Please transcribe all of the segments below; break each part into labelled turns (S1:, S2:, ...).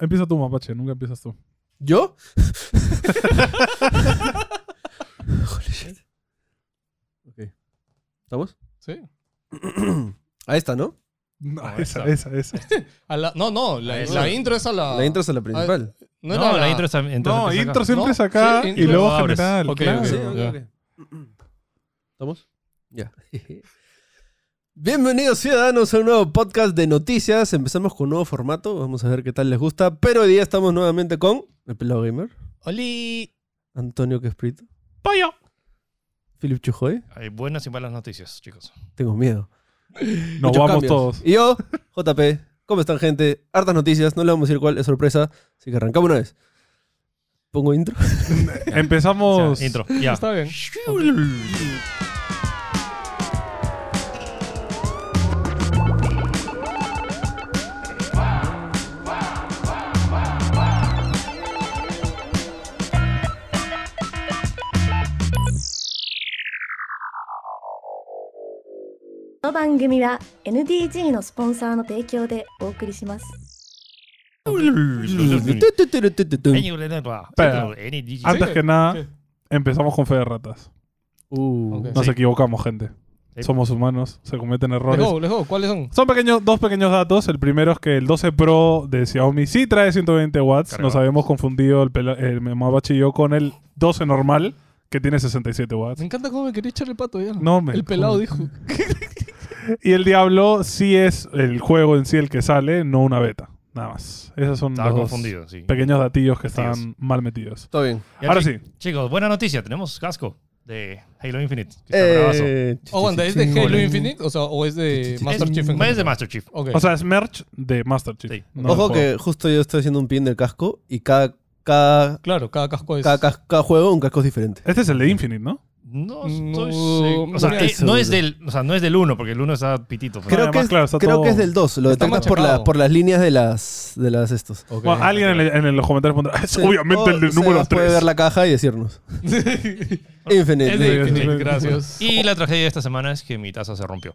S1: Empieza tú, mapache, nunca empiezas tú.
S2: ¿Yo? ¿Estamos?
S3: Sí.
S2: A esta, ¿no?
S1: No,
S3: No,
S1: esa, esa, esa.
S3: A la- no, no, la,
S2: Ahí
S3: la
S2: va.
S3: intro es a la.
S2: La intro es la principal.
S3: No,
S4: No,
S3: era
S4: la, intro es entonces
S1: No,
S4: empieza acá.
S1: intro siempre
S3: ¿No?
S1: es acá
S3: Sí,
S1: y
S3: intro.
S1: luego
S4: Lo abres.
S1: general.
S3: Ok,
S1: claro.
S3: ok.
S2: Ah, Sí,
S3: ya.
S2: ok, ok. ¿Estamos? Ya. Bienvenidos ciudadanos a un nuevo podcast de noticias. Empezamos con un nuevo formato. Vamos a ver qué tal les gusta. Pero hoy día estamos nuevamente con el Pelado Gamer,
S3: Oli.
S2: Antonio Quesprito,
S4: ¡Pollo!
S2: Philip Chujoy.
S4: Hay buenas y malas noticias, chicos.
S2: Tengo miedo.
S1: Nos
S2: Muchos
S1: vamos
S2: cambios.
S1: todos.
S2: Y yo, JP. ¿Cómo están, gente? Hartas noticias. No le vamos a decir cuál, es sorpresa. Así que arrancamos una vez. Pongo intro.
S1: Empezamos.
S4: O sea, intro, ya.
S3: Está bien.
S5: この番組は NDG のスポンサーの提供でお送りします。
S1: Antes que nada,
S3: sí.
S1: empezamos con fe de ratas.
S2: Uh,
S3: Ok.
S1: Nos
S4: Sí.
S1: equivocamos, gente.
S4: Sí.
S1: Somos humanos, se cometen
S3: Let's
S1: errores.
S3: go, let's go. ¿Cuáles son?
S1: Son pequeños, dos pequeños datos. El primero es que el 12 Pro de Xiaomi sí trae 120 watts.
S4: Cargado.
S1: Nos habíamos confundido el, pela- el mapache y yo con el 12 normal, que tiene 67 watts.
S3: Me encanta cómo me quería echar el pato
S4: Mm.
S3: ya.
S1: No, me-
S3: El pelado
S1: ¿cómo?
S3: dijo.
S1: Y el Diablo sí es el juego en sí el que sale, no una beta. Nada más. Esos son
S4: Estaba
S1: los
S4: confundido, sí.
S1: pequeños datillos que
S4: Así es.
S1: están mal metidos.
S2: Todo bien.
S4: Ya,
S1: Ahora sí.
S4: chi- Chicos, buena noticia. Tenemos casco de Halo Infinite. Que está bravazo.
S2: Eh,
S3: Oh, aguanta, ¿es de
S2: chingón.
S3: Halo Infinite? O sea, ¿o es de
S2: Es-
S3: Master Chief en
S4: Es de
S3: general?
S4: Master Chief.
S3: Ok.
S1: O sea, es merch de Master Chief.
S4: Sí.
S1: No
S2: Ojo
S1: del juego.
S2: que justo yo estoy haciendo un pin del casco y cada, cada,
S3: claro, cada casco es.
S2: cada, cas- cada juego un casco es diferente.
S1: Este es el de Infinite, ¿no?
S4: No
S3: No,
S4: estoy seguro. O sea,
S3: no
S4: eh,
S2: estoy
S4: no es
S2: seguro.
S4: del, o sea, no es del 1, porque el 1 está pitito. pero-
S2: Creo,
S1: además,
S2: que es,
S1: claro, está
S2: creo
S1: todo-
S2: que es del 2. Lo
S3: Está
S2: detectas por, la-
S3: machacado.
S2: por las líneas de las, de las estos.
S3: Ok.
S1: Bueno, alguien en, el- en los comentarios pondrá. Es
S2: Sí.
S1: obviamente
S2: O
S1: el del
S2: Sebas
S1: número
S2: puede
S1: 3.
S2: ver la caja y decirnos. Infinite.
S3: es de
S1: Sí, sí,
S3: Infinite,
S1: sí.
S3: gracias.
S4: Y la tragedia de esta semana es que mi taza se rompió.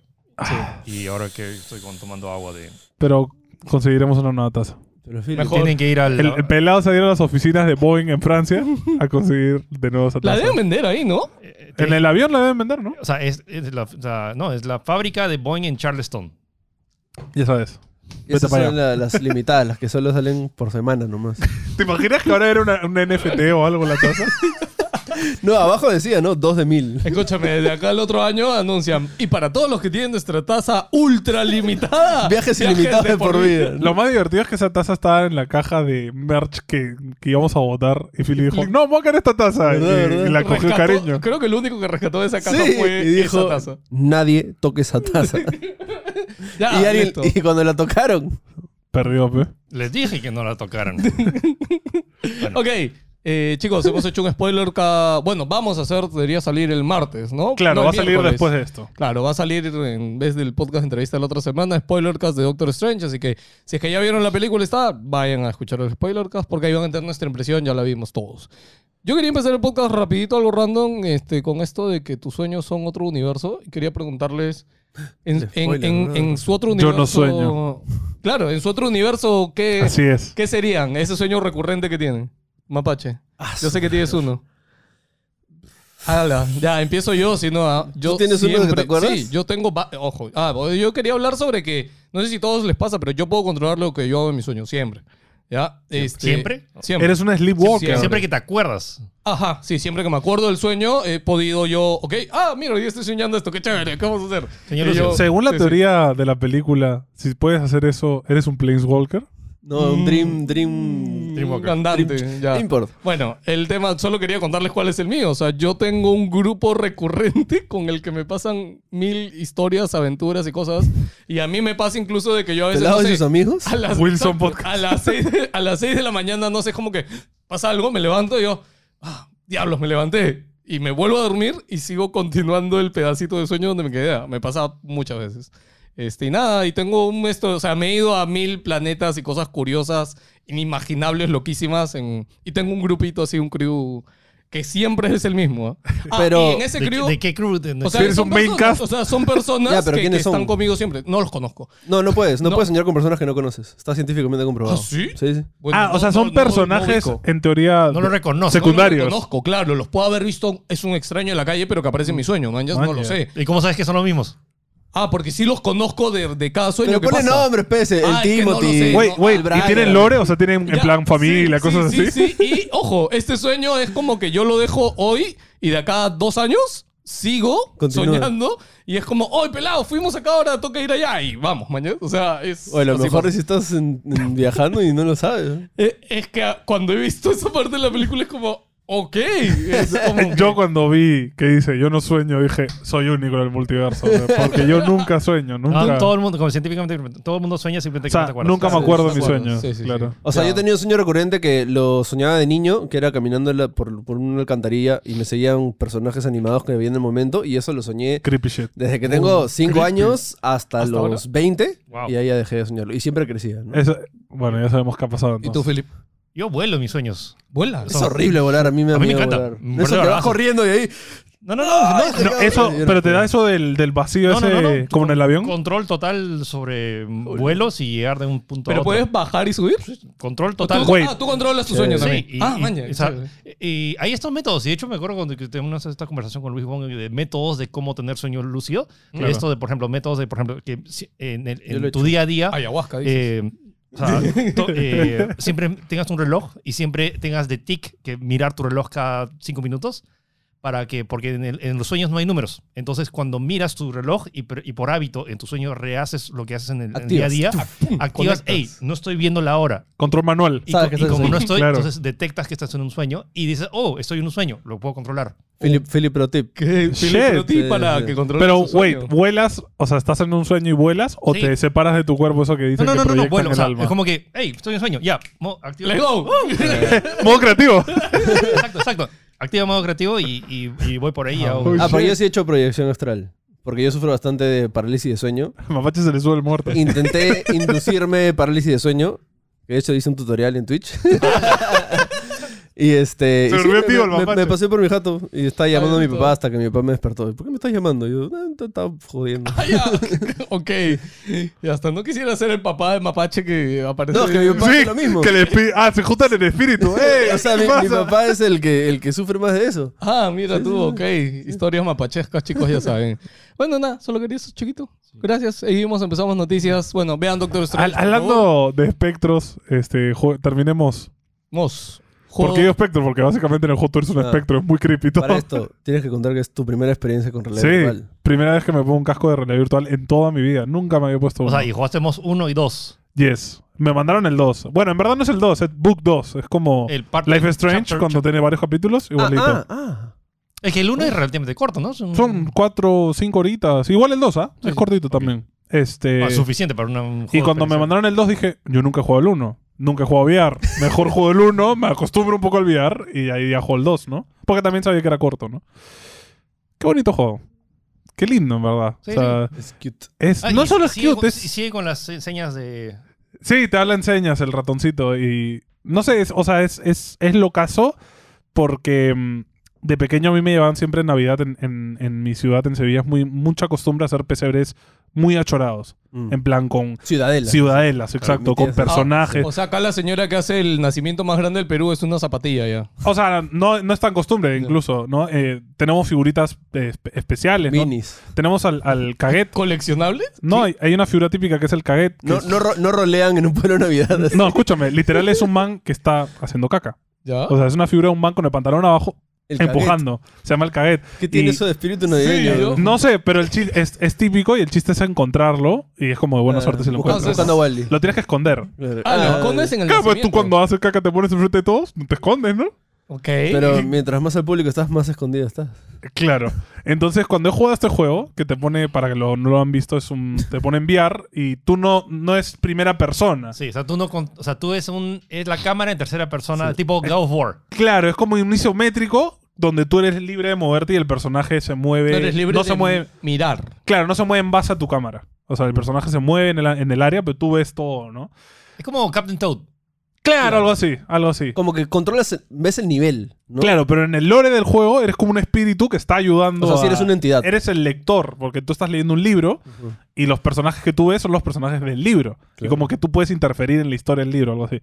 S4: Y ahora que estoy con- tomando agua de...
S1: Pero conseguiremos una nueva taza.
S2: Pero, Philip,
S3: Mejor.
S4: Tienen que ir al...
S1: El, el pelado se dieron a las oficinas de Boeing en Francia a conseguir de nuevo esa
S3: La
S1: taza.
S3: deben vender ahí, ¿no?
S4: eh,
S1: en el avión la deben vender, ¿no?
S4: O sea, es, es la, o sea, no, es la fábrica de Boeing en Charleston.
S1: Ya sabes. Vete
S2: esas
S1: para
S2: son la- las limitadas, las que solo salen por semana nomás.
S1: ¿Te imaginas que ahora era una, un NFT o algo la taza?
S2: No, abajo decía, ¿no? Dos de mil.
S3: Escúchame, de acá al otro año anuncian. Y para todos los que tienen nuestra tasa ultra limitada.
S2: Viajes ilimitados de por vida.
S1: Lo más divertido es que esa taza estaba en la caja de merch que, que íbamos a votar. Y Philly dijo, no, voy a querer esta taza. Y,
S2: ¿Verdad, verdad?
S1: y la cogió
S3: Rescató-
S1: cariño.
S3: Creo que el único que rescató de esa casa
S2: Sí,
S3: fue
S2: y dijo,
S3: esa taza.
S2: nadie toque esa taza. y,
S3: Ya,
S2: alguien-
S3: listo.
S2: y cuando la tocaron,
S1: Perdió, pe.
S4: Les dije que no la tocaran.
S3: Ok, eh, chicos, hemos hecho un spoiler cada... Bueno, vamos a hacer, debería salir el martes, ¿no?
S1: Claro,
S3: No, el
S1: va a salir
S3: miércoles.
S1: después de esto.
S3: Claro, va a salir en vez del podcast de entrevista de la otra semana, spoilercast de Doctor Strange, así que si es que ya vieron la película está, vayan a escuchar el spoilercast porque ahí van a tener nuestra impresión, ya la vimos todos. Yo quería empezar el podcast rapidito, algo random, este, con esto de que tus sueños son otro universo. y Quería preguntarles, en,
S2: Spoiler,
S3: en- en-
S2: ¿no?
S3: en su otro
S1: Yo
S3: universo...
S1: no sueño.
S3: Claro, en su otro universo, ¿qué,
S1: Así es.
S3: ¿Qué serían ese sueño recurrente que tienen? Mapache. Yo sé que tienes uno. Hala, ya empiezo yo, si no. ah, Yo
S2: ¿Tú tienes uno de que te
S3: siempre-
S2: acuerdas?
S3: Sí, yo tengo. va- Ojo, ah, yo quería hablar sobre que. No sé si a todos les pasa, pero yo puedo controlar lo que yo hago en mis sueños, siempre. ¿Ya? Este,
S4: ¿Siempre?
S3: Siempre.
S1: Eres un sleepwalker.
S3: Sí,
S4: Siempre que te acuerdas.
S3: Ajá, sí, siempre que me acuerdo del sueño, he podido yo. Ok, ah, mira, yo estoy soñando esto, qué chévere, ¿qué vamos a hacer?
S4: Señor
S3: Y
S4: Lucio,
S3: yo-
S1: Según la
S3: sí, sí.
S1: teoría de la película, si puedes hacer eso, eres un planeswalker.
S2: no, un Dream, Dream.
S3: Un andante, Mm, ya.
S2: No importa.
S3: Bueno, el tema, solo quería contarles cuál es el mío. O sea, yo tengo un grupo recurrente con el que me pasan mil historias, aventuras y cosas. Y a mí me pasa incluso de que yo a veces.
S2: ¿Pelado
S3: no
S2: y
S3: sé,
S2: sus amigos?
S3: a las,
S1: Wilson Podcast.
S3: A las, seis de, a las seis de la mañana, no sé, es como que pasa algo, me levanto y yo. "Ah, diablos, me levanté. Y me vuelvo a dormir y sigo continuando el pedacito de sueño donde me quedé. Ah, Me pasa muchas veces. Este, y nada, y tengo un esto, o sea, me he ido a mil planetas y cosas curiosas, inimaginables, loquísimas, en, y tengo un grupito así, un crew que siempre es el mismo. ¿ah? Ah,
S2: Pero-
S3: y en ese
S4: ¿De,
S3: crew,
S4: de qué crew? te-
S3: o sea,
S1: eres un
S3: son
S1: main
S3: personas,
S1: cast.
S3: o sea, son personas
S2: Ya, pero
S3: que, que
S2: ¿quiénes son?
S3: están conmigo siempre. No los conozco.
S2: No, no puedes. No,
S3: No.
S2: puedes soñar con personas que no conoces. Está científicamente comprobado.
S3: ¿Ah, sí?
S2: Sí, sí.
S3: Bueno,
S1: ah, o
S3: no-
S1: sea, son
S3: no- no- no
S1: personajes
S3: ubico.
S1: en teoría
S4: no lo reconozco.
S1: secundarios.
S3: No los conozco, claro. Los puedo haber visto. Es un extraño en la calle, pero que aparece en mi sueño, man. ya no
S1: Maña.
S3: lo sé.
S4: ¿Y cómo sabes que son los mismos?
S3: Ah, porque sí los conozco de, de cada sueño
S2: Pero
S3: que
S2: ponle
S3: pasa.
S2: nombres, pese. El
S3: Ah, es que no lo
S2: Timothy.
S3: sé.
S1: Wait,
S3: No,
S1: wait,
S3: ah,
S2: Brian.
S1: ¿y tienen lore? O sea, tienen en
S3: Ya,
S1: plan familia,
S3: sí,
S1: cosas
S3: sí,
S1: así.
S3: Sí, sí, y ojo, este sueño es como que yo lo dejo hoy y de acá a dos años sigo
S2: Continúa.
S3: soñando y es como, hoy pelado, fuimos acá ahora, toca ir allá y vamos, mañana. O sea, es.
S2: O a lo
S3: así
S2: mejor
S3: pasa.
S2: es si estás en- en viajando y no lo sabes.
S3: Eh, es que ah, cuando he visto esa parte de la película es como, ok. Es como
S1: Yo cuando vi que dice yo no sueño, dije soy único en el multiverso. o sea, Porque yo nunca sueño,
S4: No,
S1: nunca.
S4: Ah, todo el mundo, como científicamente, todo el mundo sueña simplemente
S1: o
S4: que no
S1: sea,
S4: te acuerdas.
S1: nunca me
S3: Sí,
S1: acuerdo de
S3: sí,
S1: mis
S3: sí,
S1: sueños.
S3: sí, sí.
S1: claro.
S2: O sea,
S3: Ya.
S2: yo tenía un sueño recurrente que lo soñaba de niño, que era caminando en la- por, por una alcantarilla y me seguían personajes animados que me veían en el momento y eso lo soñé
S1: Creepy shit.
S2: desde que tengo 5
S1: creepy.
S2: años hasta,
S3: ¿Hasta
S2: los 20
S4: Wow.
S2: y ahí ya dejé de soñarlo. Y siempre crecía, ¿no? Es,
S1: Eso- bueno, ya sabemos qué ha pasado
S3: ¿Y tú,
S1: entonces.
S3: Felipe?
S4: Yo vuelo mis sueños.
S3: Vuela.
S4: Eso-
S2: horrible volar, a mí me da
S4: A mí me
S2: miedo
S4: encanta.
S2: volar.
S4: Me
S2: Eso
S4: muerde
S2: que vas
S4: abrazo.
S2: corriendo y ahí...
S4: No, no,
S3: Ah,
S4: no. no.
S1: No, eso, pero te da eso del, del vacío
S4: No,
S1: ese,
S4: no, no, no.
S1: como en el avión.
S4: Control total sobre vuelos y llegar de un punto
S3: ¿Pero
S4: a otro.
S3: puedes bajar y subir?
S4: Control
S3: Total,
S4: total.
S1: Güey.
S3: ah, tú controlas tus sueños
S4: Sí,
S3: también.
S4: y-
S3: ah,
S4: y-
S3: maña.
S4: o sea,
S3: chévere.
S4: y hay estos métodos. Y de hecho, me acuerdo cuando que tuvimos esta conversación con Luis Wong de métodos de cómo tener sueño lúcido.
S1: Claro.
S4: Esto de, por ejemplo, métodos de, por ejemplo, que si- en, el-
S2: Yo
S4: en
S2: lo he
S4: tu
S2: hecho.
S4: día a día.
S3: Ayahuasca, dices.
S4: eh, o sea, to- eh, siempre tengas un reloj y siempre tengas de tic que mirar tu reloj cada cinco minutos para que porque en, el- en los sueños no hay números entonces cuando miras tu reloj y, per- y por hábito en tu sueño rehaces lo que haces en el, en el día a
S2: Activas.
S4: día activas
S3: Conectas.
S4: hey no estoy viendo la hora
S1: Control manual.
S4: y,
S2: Sabes
S4: co-
S2: que
S4: y
S2: estás
S4: como
S2: así.
S4: no estoy,
S1: Claro.
S4: entonces detectas que estás en un sueño y dices, oh, estoy en un sueño, lo puedo controlar.
S2: Philip, Philip Pro Tip.
S3: ¿Qué?
S1: Shit.
S3: Felipe, pero ti
S2: Sí,
S3: para
S2: sí.
S3: que controles
S1: Pero,
S3: tu
S1: wait,
S3: sueño.
S1: ¿vuelas? O sea, ¿estás en un sueño y vuelas? ¿O
S4: Sí.
S1: te separas de tu cuerpo eso que
S4: No,
S1: dice
S4: no,
S1: que
S4: no, no, no,
S1: proyecta en
S4: bueno, o
S1: el
S4: sea,
S1: alma?
S4: es como que, hey, estoy en sueño, ya, mo- activa.
S3: ¡Let's go!
S1: Modo creativo.
S4: exacto, exacto. Activa modo creativo y, y- y voy por ahí.
S1: Ah,
S4: hago-
S1: uy.
S2: Ah, pero
S1: shit.
S2: yo sí he hecho proyección astral. Porque yo sufro bastante de parálisis de sueño.
S1: Mapache se le sube el muerto.
S2: Intenté inducirme parálisis de sueño. que De hecho, hice un tutorial en Twitch. y este. y
S1: Se volvió
S2: me-
S1: tío el
S2: me,
S1: mapache.
S2: me pasé por mi jato y estaba llamando a mi
S3: bonito.
S2: papá hasta que mi papá me despertó. ¿Por qué me estás llamando? Y yo, "Ah, te estaba jodiendo.
S3: Ah, ya. ok. Y hasta no quisiera ser el papá de Mapache que aparece.
S2: No, es que mi papá
S1: Sí,
S2: hace lo mismo.
S1: que le espi- ah, se juntan en espíritu. ¡Eh!
S2: O sea, mi,
S1: ¿qué
S2: mi
S1: pasa?
S2: papá es el que, el que sufre más de eso.
S3: Ah, mira tú, ok. Historias mapachescas, chicos, ya saben. Bueno, nada, solo quería eso, chiquito. Gracias. Seguimos, empezamos noticias. Bueno, vean Doctor Strange.
S1: Al- hablando de espectros, este, jue- terminemos.
S3: Mos.
S1: ¿Por qué digo espectro? Porque básicamente en el juego tú eres un
S2: Ah.
S1: espectro, es muy creepy todo.
S2: Para esto, tienes que contar que es tu primera experiencia con realidad
S1: Sí,
S2: virtual.
S1: primera vez que me pongo un casco de realidad virtual en toda mi vida. Nunca me había puesto
S4: O
S1: uno.
S4: sea, y jugásemos uno y dos.
S1: Yes. Me mandaron el 2. Bueno, en verdad no es el 2, es Book 2. Es como
S4: El part-
S1: Life is Strange
S4: Eh, chapter-
S1: cuando tiene varios capítulos,
S2: Ah,
S1: igualito.
S2: ah, ah.
S4: Es que el uno es relativamente corto, ¿no? Son,
S1: Son 4 o 5 horitas. Igual el 2, ¿ah?
S4: Sí,
S1: es
S4: Mm. sí.
S1: cortito también. Este.
S4: ah, suficiente para una, un
S1: Y
S4: juego
S1: cuando me
S4: especial.
S1: mandaron el 2 dije, yo nunca he jugado el 1. Nunca he jugado VR. Mejor juego el 1, me acostumbro un poco al VR y ahí ya juego el 2, ¿no? Porque también sabía que era corto, ¿no? Qué bonito juego. Qué lindo, en verdad.
S4: Sí,
S1: O sea,
S2: Es cute.
S1: es-
S4: Ah,
S1: no
S4: y
S1: solo es
S4: sigue
S1: cute,
S4: con-
S1: es-
S4: Sigue con las se- señas de...
S1: Sí, te habla en señas el ratoncito y... No sé, es- o sea, es, es, es lo caso porque mm, de pequeño a mí me llevaban siempre en Navidad en, en- en mi ciudad, en Sevilla, es muy, mucha costumbre hacer pesebres muy achorados.
S2: Mm.
S1: En plan con
S2: Ciudadela.
S1: ciudadelas,
S2: mi
S1: exacto,
S2: tía
S1: con
S2: se- Ah,
S1: personajes.
S3: O sea, acá la señora que hace el nacimiento más grande del Perú es una zapatilla ya.
S1: O sea, no, no es tan costumbre incluso, ¿no? Eh, tenemos figuritas eh, espe- especiales, ¿no?
S2: Minis.
S1: Tenemos al, al caguet.
S3: ¿Coleccionable?
S1: No, hay, hay una figura típica que es el caguet. que
S2: No,
S1: es-
S2: no, ro- no rolean en un pueblo de Navidad.
S1: no, escúchame, literal es un man que está haciendo caca.
S3: Ya.
S1: O sea, es una figura de un man con el pantalón abajo
S2: El
S1: empujando. Se llama el caguet.
S2: ¿Qué tiene
S1: Y-
S2: eso de espíritu navideño?
S3: Sí, yo-
S1: No sé, pero el chiste es, es típico y el chiste es encontrando y es como de
S3: Eh,
S1: buena
S2: Ah,
S1: suerte si lo
S2: buscando-
S1: encuentras.
S2: buscando a Wally.
S1: Lo tienes que esconder.
S2: Claro.
S3: ah, lo escondes en el
S1: Claro, pues
S3: nacimiento.
S1: tú cuando haces caca te pones enfrente de todos, te escondes, ¿no?
S3: Ok.
S2: Pero mientras más al público estás, más escondido estás.
S1: Claro. Entonces, cuando he jugado a este juego, que te pone, para que lo, no lo han visto, es un, te pone enviar y tú no, no es primera persona.
S4: Sí, o sea, tú, no, con- o sea, tú es, un, es la cámara en tercera persona, tipo God of War.
S1: Claro, es como un isométrico donde tú eres libre de moverte y el personaje se mueve.
S3: no eres libre
S1: no
S3: de
S1: se mueve.
S3: mirar.
S1: Claro, no se mueve en base a tu cámara. O sea, el personaje se mueve en el, en el área, pero tú ves todo, ¿no?
S4: Es como Captain Toad.
S1: Claro, algo así, algo así.
S2: Como que controlas, ves el nivel, ¿no?
S1: Claro, pero en el lore del juego eres como un espíritu que está ayudando.
S2: O sea, si
S1: a-
S2: eres una entidad.
S1: Eres el lector, porque tú estás leyendo un libro
S2: Ujú.
S1: y los personajes que tú ves son los personajes del libro. Y
S2: Claro.
S1: como que tú puedes interferir en la historia del libro, algo así.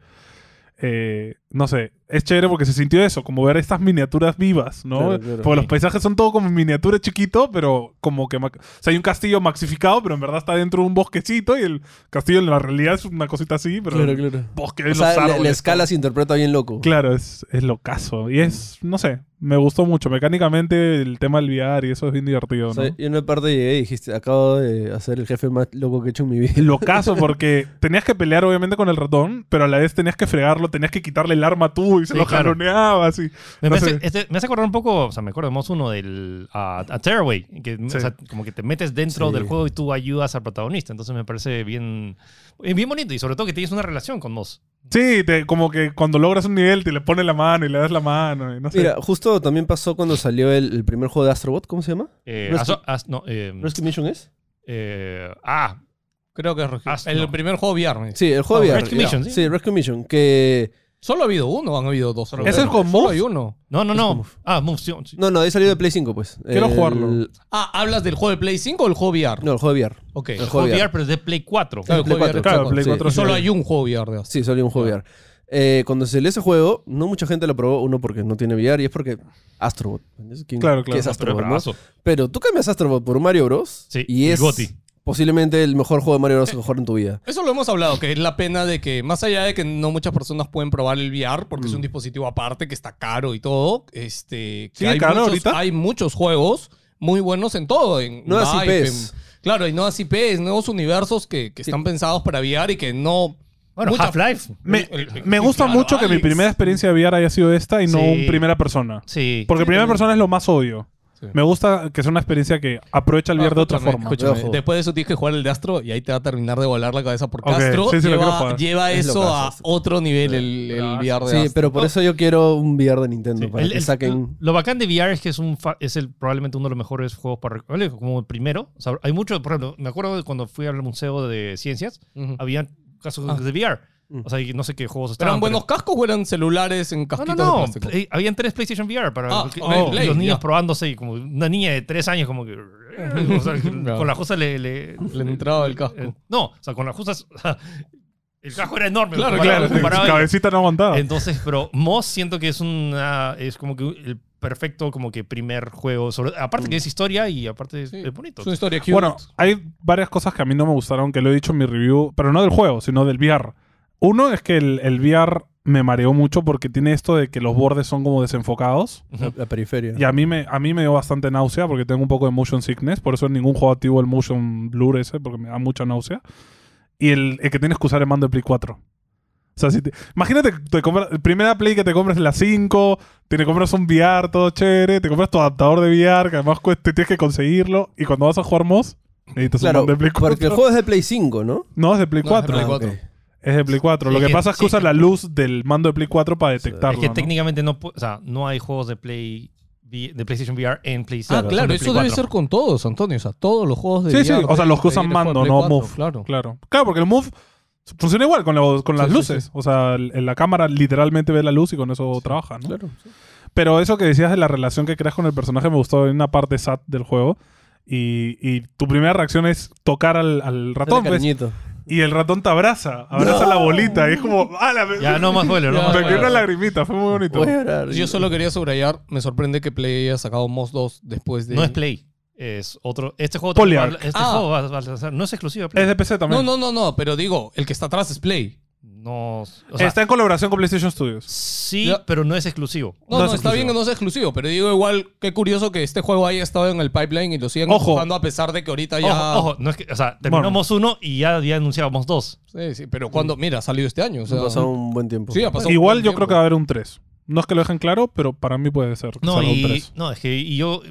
S1: Eh, no sé, es chévere porque se sintió eso, como ver estas miniaturas vivas, ¿no?
S2: Claro, claro.
S1: Porque los paisajes son todo como miniatura chiquito, pero como que... ma- O sea, hay un castillo maxificado, pero en verdad está dentro de un bosquecito y el castillo en la realidad es una cosita así, pero...
S2: Claro, claro.
S1: Bosque,
S2: O
S1: los
S2: sea, la- la,
S1: árboles,
S2: escala se interpreta bien loco.
S1: Claro, es, es lo caso. Y es, no sé, me gustó mucho. Mecánicamente el tema del VR y eso es bien divertido,
S2: O
S1: ¿no?
S2: sea, yo en una parte llegué y dijiste, acabo de hacer el jefe más loco que he hecho en mi vida.
S1: Lo caso porque tenías que pelear obviamente con el ratón, pero a la vez tenías que fregarlo, tenías que quitarle el arma tú y se
S4: Sí,
S1: lo
S4: claro.
S1: jaloneabas y...
S4: Me,
S1: No
S4: hace-
S1: sé.
S4: este- me hace acordar un poco, o sea, me acuerdo de Moss 1 del a, a Tearaway, que
S1: Sí.
S4: o sea, como que te metes dentro
S2: Sí.
S4: del juego y tú ayudas al protagonista, entonces me parece bien eh, bien bonito y sobre todo que tienes una relación con Moss.
S1: Sí, te- como que cuando logras un nivel te le pones la mano y le das la mano y no sé.
S2: Mira, justo también pasó cuando salió el, el primer juego de Astrobot, ¿cómo se llama?
S4: Eh,
S2: Rescue-
S4: aso- as- no, eh,
S2: ¿Rescue Mission es?
S4: eh, ah,
S3: Creo que es Rescue.
S4: Astro.
S3: El primer juego VR. me dice.
S2: Sí, el juego
S4: Oh,
S2: de VR,
S4: Rescue
S2: ya.
S4: Mission, sí.
S2: Rescue Mission, que...
S3: Solo ha habido uno, o han habido dos. Solo
S1: ¿Ese es con
S3: Solo
S1: Move?
S3: hay uno.
S4: no, no,
S2: Es
S4: no.
S2: como-
S4: Ah, Moose, sí, sí.
S2: No, no, ahí salió de Play 5, pues.
S1: Quiero
S2: El-
S1: jugarlo.
S3: Ah, ¿hablas del juego de Play 5 o el juego VR?
S2: No, el juego de VR.
S3: Ok.
S2: El
S4: Juego
S2: juego VR.
S4: VR, pero es de Play 4.
S3: Claro, el
S2: Play
S3: juego
S2: 4,
S3: VR.
S1: claro, Play
S2: sí.
S1: 4
S3: Y solo
S1: sí.
S3: hay un juego VR de Astro.
S2: Sí, salió un juego VR. Eh, cuando salió ese juego, no mucha gente lo probó. Uno, porque no tiene VR y es porque Astrobot. ¿Entiendes? ¿Quién-
S1: Claro,
S2: qué
S1: claro.
S2: es
S1: No,
S4: Pero es
S2: Astrobot, no?
S4: bravazo.
S2: Pero tú cambias Astrobot por un Mario Bros.
S4: Sí,
S2: y
S4: y
S2: es
S4: Gotti.
S2: posiblemente el mejor juego de Mario Bros. que jugar en tu vida.
S3: Eso lo hemos hablado, que es la pena de que, más allá de que no muchas personas pueden probar el VR, porque es
S2: Mm.
S3: un dispositivo aparte que está caro y todo, este, que
S1: ¿Sigue
S3: hay,
S1: caro
S3: muchos,
S1: ahorita?
S3: hay muchos juegos muy buenos en todo. En
S2: Nuevas
S3: Vive,
S2: IPs.
S3: en- claro, hay nuevas IPs, nuevos universos que, que están pensados para VR y que no...
S4: Bueno,
S3: mucha-
S4: Half-Life.
S1: Me,
S3: el- el-
S1: me gusta
S3: claro,
S1: mucho que mi
S3: Alex.
S1: primera experiencia de VR haya sido esta y no
S4: Sí.
S1: un primera persona.
S4: Sí.
S1: Porque primera persona es lo más odio.
S3: Sí. Ah,
S1: Me gusta que sea una experiencia que aprovecha el VR de otra
S3: Escúchame,
S1: forma.
S3: escúchame.
S2: Ojo.
S3: Después de eso tienes que jugar el de Astro y ahí te va a terminar de volar la cabeza porque
S1: Ok,
S3: Astro
S1: sí, sí, lo quiero
S3: lleva,
S1: jugar.
S3: lleva
S2: Es
S3: eso
S2: locazo,
S3: a
S2: Astro.
S3: otro nivel, el, el VR de
S2: Sí,
S3: Astro.
S2: pero por eso yo quiero un VR de Nintendo.
S4: Sí,
S2: Para
S4: el-
S2: que
S4: el-
S2: saquen.
S4: Lo bacán de VR es que es, un fa- es el, probablemente uno de los mejores juegos para recorrer, como el primero. O sea, hay mucho, por ejemplo, me acuerdo de cuando fui al Museo E de Ciencias,
S3: Ujú.
S4: había casos
S3: Ah.
S4: de VR.
S2: Mm.
S4: O sea, y no sé qué juegos
S3: ¿Pero
S4: estaban.
S3: ¿Eran buenos cascos o eran celulares en
S4: pero-
S3: casquitos
S4: No, no,
S3: de
S4: no.
S3: plástico?
S4: Play- habían tres PlayStation VR para
S3: Ah,
S4: los que-
S3: oh,
S4: los
S3: Play,
S4: niños
S3: ya.
S4: probándose y como una niña de tres años como que... o sea,
S3: No.
S4: con la justa le... le-
S3: Le entraba el casco.
S4: eh, no, o sea, con la justa... el casco era enorme.
S3: Claro,
S4: comparado-
S1: Claro, tu
S4: comparado-
S1: cabecita no aguantaba.
S4: entonces, pero Moss siento que es una es como que el perfecto como que primer juego, sobre- aparte que es historia y aparte es,
S3: Mm. Sí.
S4: es bonito.
S3: Es una historia cute.
S1: Bueno, hay varias cosas que a mí no me gustaron, que lo he dicho en mi review, pero no del juego, sino del VR. Uno es que el, el VR me mareó mucho porque tiene esto de que los bordes son como desenfocados.
S2: La, la periferia.
S1: Y a mí, me, a mí me dio bastante náusea porque tengo un poco de motion sickness. Por eso en ningún juego activo el motion blur ese, porque me da mucha náusea. Y el, el que tienes que usar el mando de Play 4. O sea, si te- imagínate, que te compras, primera Play que te compras es la 5, te compras un VR todo chévere, te compras tu adaptador de VR, que además cuesta, tienes que conseguirlo. Y cuando vas a jugar MOS, necesitas
S2: Claro,
S1: un mando de Play 4.
S2: porque el juego es de Play 5, ¿no?
S1: No, es de Play
S3: No,
S1: 4.
S3: Play
S2: Ah,
S3: 4.
S2: ok.
S1: Es de Play 4.
S4: Sí,
S1: Lo que
S4: que-
S1: pasa es que
S4: sí,
S1: usa
S4: que-
S1: la luz del mando de Play 4 para
S4: es
S1: detectarlo.
S4: que
S1: ¿no?
S4: técnicamente no, pu- o sea, no hay juegos de Play vi- de PlayStation VR en PlayStation.
S3: ah, claro, eso debe ser con todos, Antonio. O sea, todos los juegos de
S1: Sí, sí.
S3: VR
S1: O sea, los que
S3: deben
S1: usan
S3: ir a
S1: mando,
S3: Play
S1: no
S3: 4,
S1: Move.
S3: Claro.
S1: Claro. Claro, porque el Move funciona igual con, los- con las
S3: Sí, sí,
S1: luces.
S3: sí.
S1: O sea, el- la cámara literalmente ve la luz y con eso trabaja, ¿no? Pero eso que decías de la relación que creas con el personaje me gustó en una parte sat del juego. Y, y tu primera reacción es tocar al, al ratón,
S2: Dale
S1: ¿ves?
S2: cariñito.
S1: Y el ratón te abraza, abraza la bolita. Y es como, ¡ah, la me-
S4: Ya, no más spoiler, no
S3: Ya,
S4: más
S1: Me quedó
S4: spoiler.
S1: una lagrimita, fue muy bonito.
S2: Voy a llorar.
S3: Yo solo quería subrayar, me sorprende que Play haya sacado Moss 2 después de...
S4: No es Play, es otro. Este juego,
S1: Poliark.
S4: este
S3: Ah.
S4: juego va- va a lanzar- no es exclusivo de Play.
S1: Es de PC también.
S3: No, no, no, no, pero digo, el que está atrás es Play.
S4: No, o sea,
S1: Está en colaboración con PlayStation Studios.
S4: sí,
S3: Ya.
S4: pero no es exclusivo.
S1: No
S3: No, no,
S1: es
S3: está
S1: exclusivo.
S3: bien que no sea exclusivo, pero digo igual, qué curioso que este juego haya estado en el pipeline y lo sigan
S1: Ojo.
S3: empujando a pesar de que ahorita ya...
S4: Ojo, ojo, no es que, o sea, terminamos uno y ya, ya anunciábamos dos.
S3: Sí, sí, pero cuando, mira, ha salido este año. O sea,
S2: Ha pasado un buen tiempo.
S3: sí, ha pasado un
S1: Igual
S3: buen
S1: yo
S3: tiempo.
S1: creo que va a haber un 3. No es que lo dejen claro, pero para mí puede ser. que
S4: No,
S1: salga un
S4: y,
S1: 3.
S4: no, es que y yo,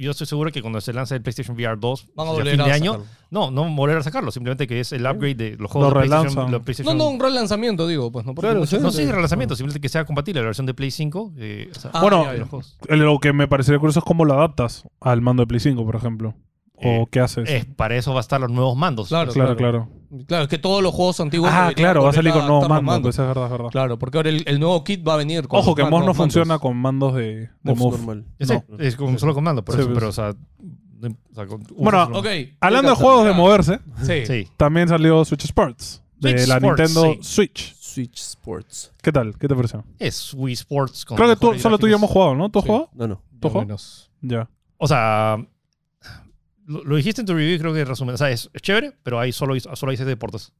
S4: yo estoy seguro que cuando se lance el PlayStation VR 2,
S3: Van a
S4: hacia
S3: volver
S4: fin
S3: a
S4: de año,
S3: sacarlo.
S4: no, no van a volver a sacarlo, simplemente que es el upgrade de los juegos
S1: Lo
S4: de PlayStation,
S1: relanzan.
S4: los PlayStation-
S3: No, no, un relanzamiento, digo, pues no. porque
S2: Claro,
S3: muchas-
S2: sí.
S4: no sé si es relanzamiento, simplemente que sea compatible la versión de Play 5. eh, o sea,
S3: Ah,
S1: Bueno,
S3: ya,
S4: de
S3: ya.
S4: los juegos.
S1: Lo que me parecería curioso es cómo lo adaptas al mando de Play 5, por ejemplo. ¿O
S4: Eh,
S1: qué haces?
S4: Eh, para eso va a estar los nuevos mandos.
S3: Claro,
S1: Pues claro, claro.
S3: Claro, es que todos los juegos antiguos.
S1: ah,
S3: deberían
S1: claro, va a
S3: volver
S1: salir con
S3: adaptar
S1: nuevos
S3: los
S1: mandos. Eso es verdad, es verdad.
S3: Claro, porque ahora el, el nuevo kit va a venir con.
S1: Ojo, que
S3: los
S1: Moss no
S3: nuevos mandos.
S1: funciona con mandos de, de
S2: Mouse
S1: Move.
S2: normal.
S4: Ya sé,
S2: No.
S4: es como solo con mando, por
S1: Sí,
S4: eso,
S1: pues.
S4: pero, o sea, de- o sea, con-
S1: Bueno,
S4: usas lo-
S3: Ok.
S1: Hablando de juegos de
S3: Ya.
S1: moverse,
S3: Ah, Sí.
S4: Sí.
S1: también salió Switch Sports de
S4: Switch
S1: la
S4: Sports,
S1: Nintendo
S4: sí.
S1: Switch.
S2: Switch Sports.
S1: ¿Qué tal? ¿Qué te pareció?
S4: Es Wii Sports. con
S1: Creo que tú,
S4: mejores
S1: solo tú y yo
S4: gráficos.
S1: hemos jugado, ¿no? ¿Tú has
S3: Sí.
S1: jugado?
S2: No, no.
S1: ¿Tú
S3: Yo
S1: juego?
S3: menos.
S1: Ya.
S4: O sea, lo, lo dijiste en tu review y creo que resumen. O sea, es, es chévere, pero ahí solo, hice- solo hice deportes.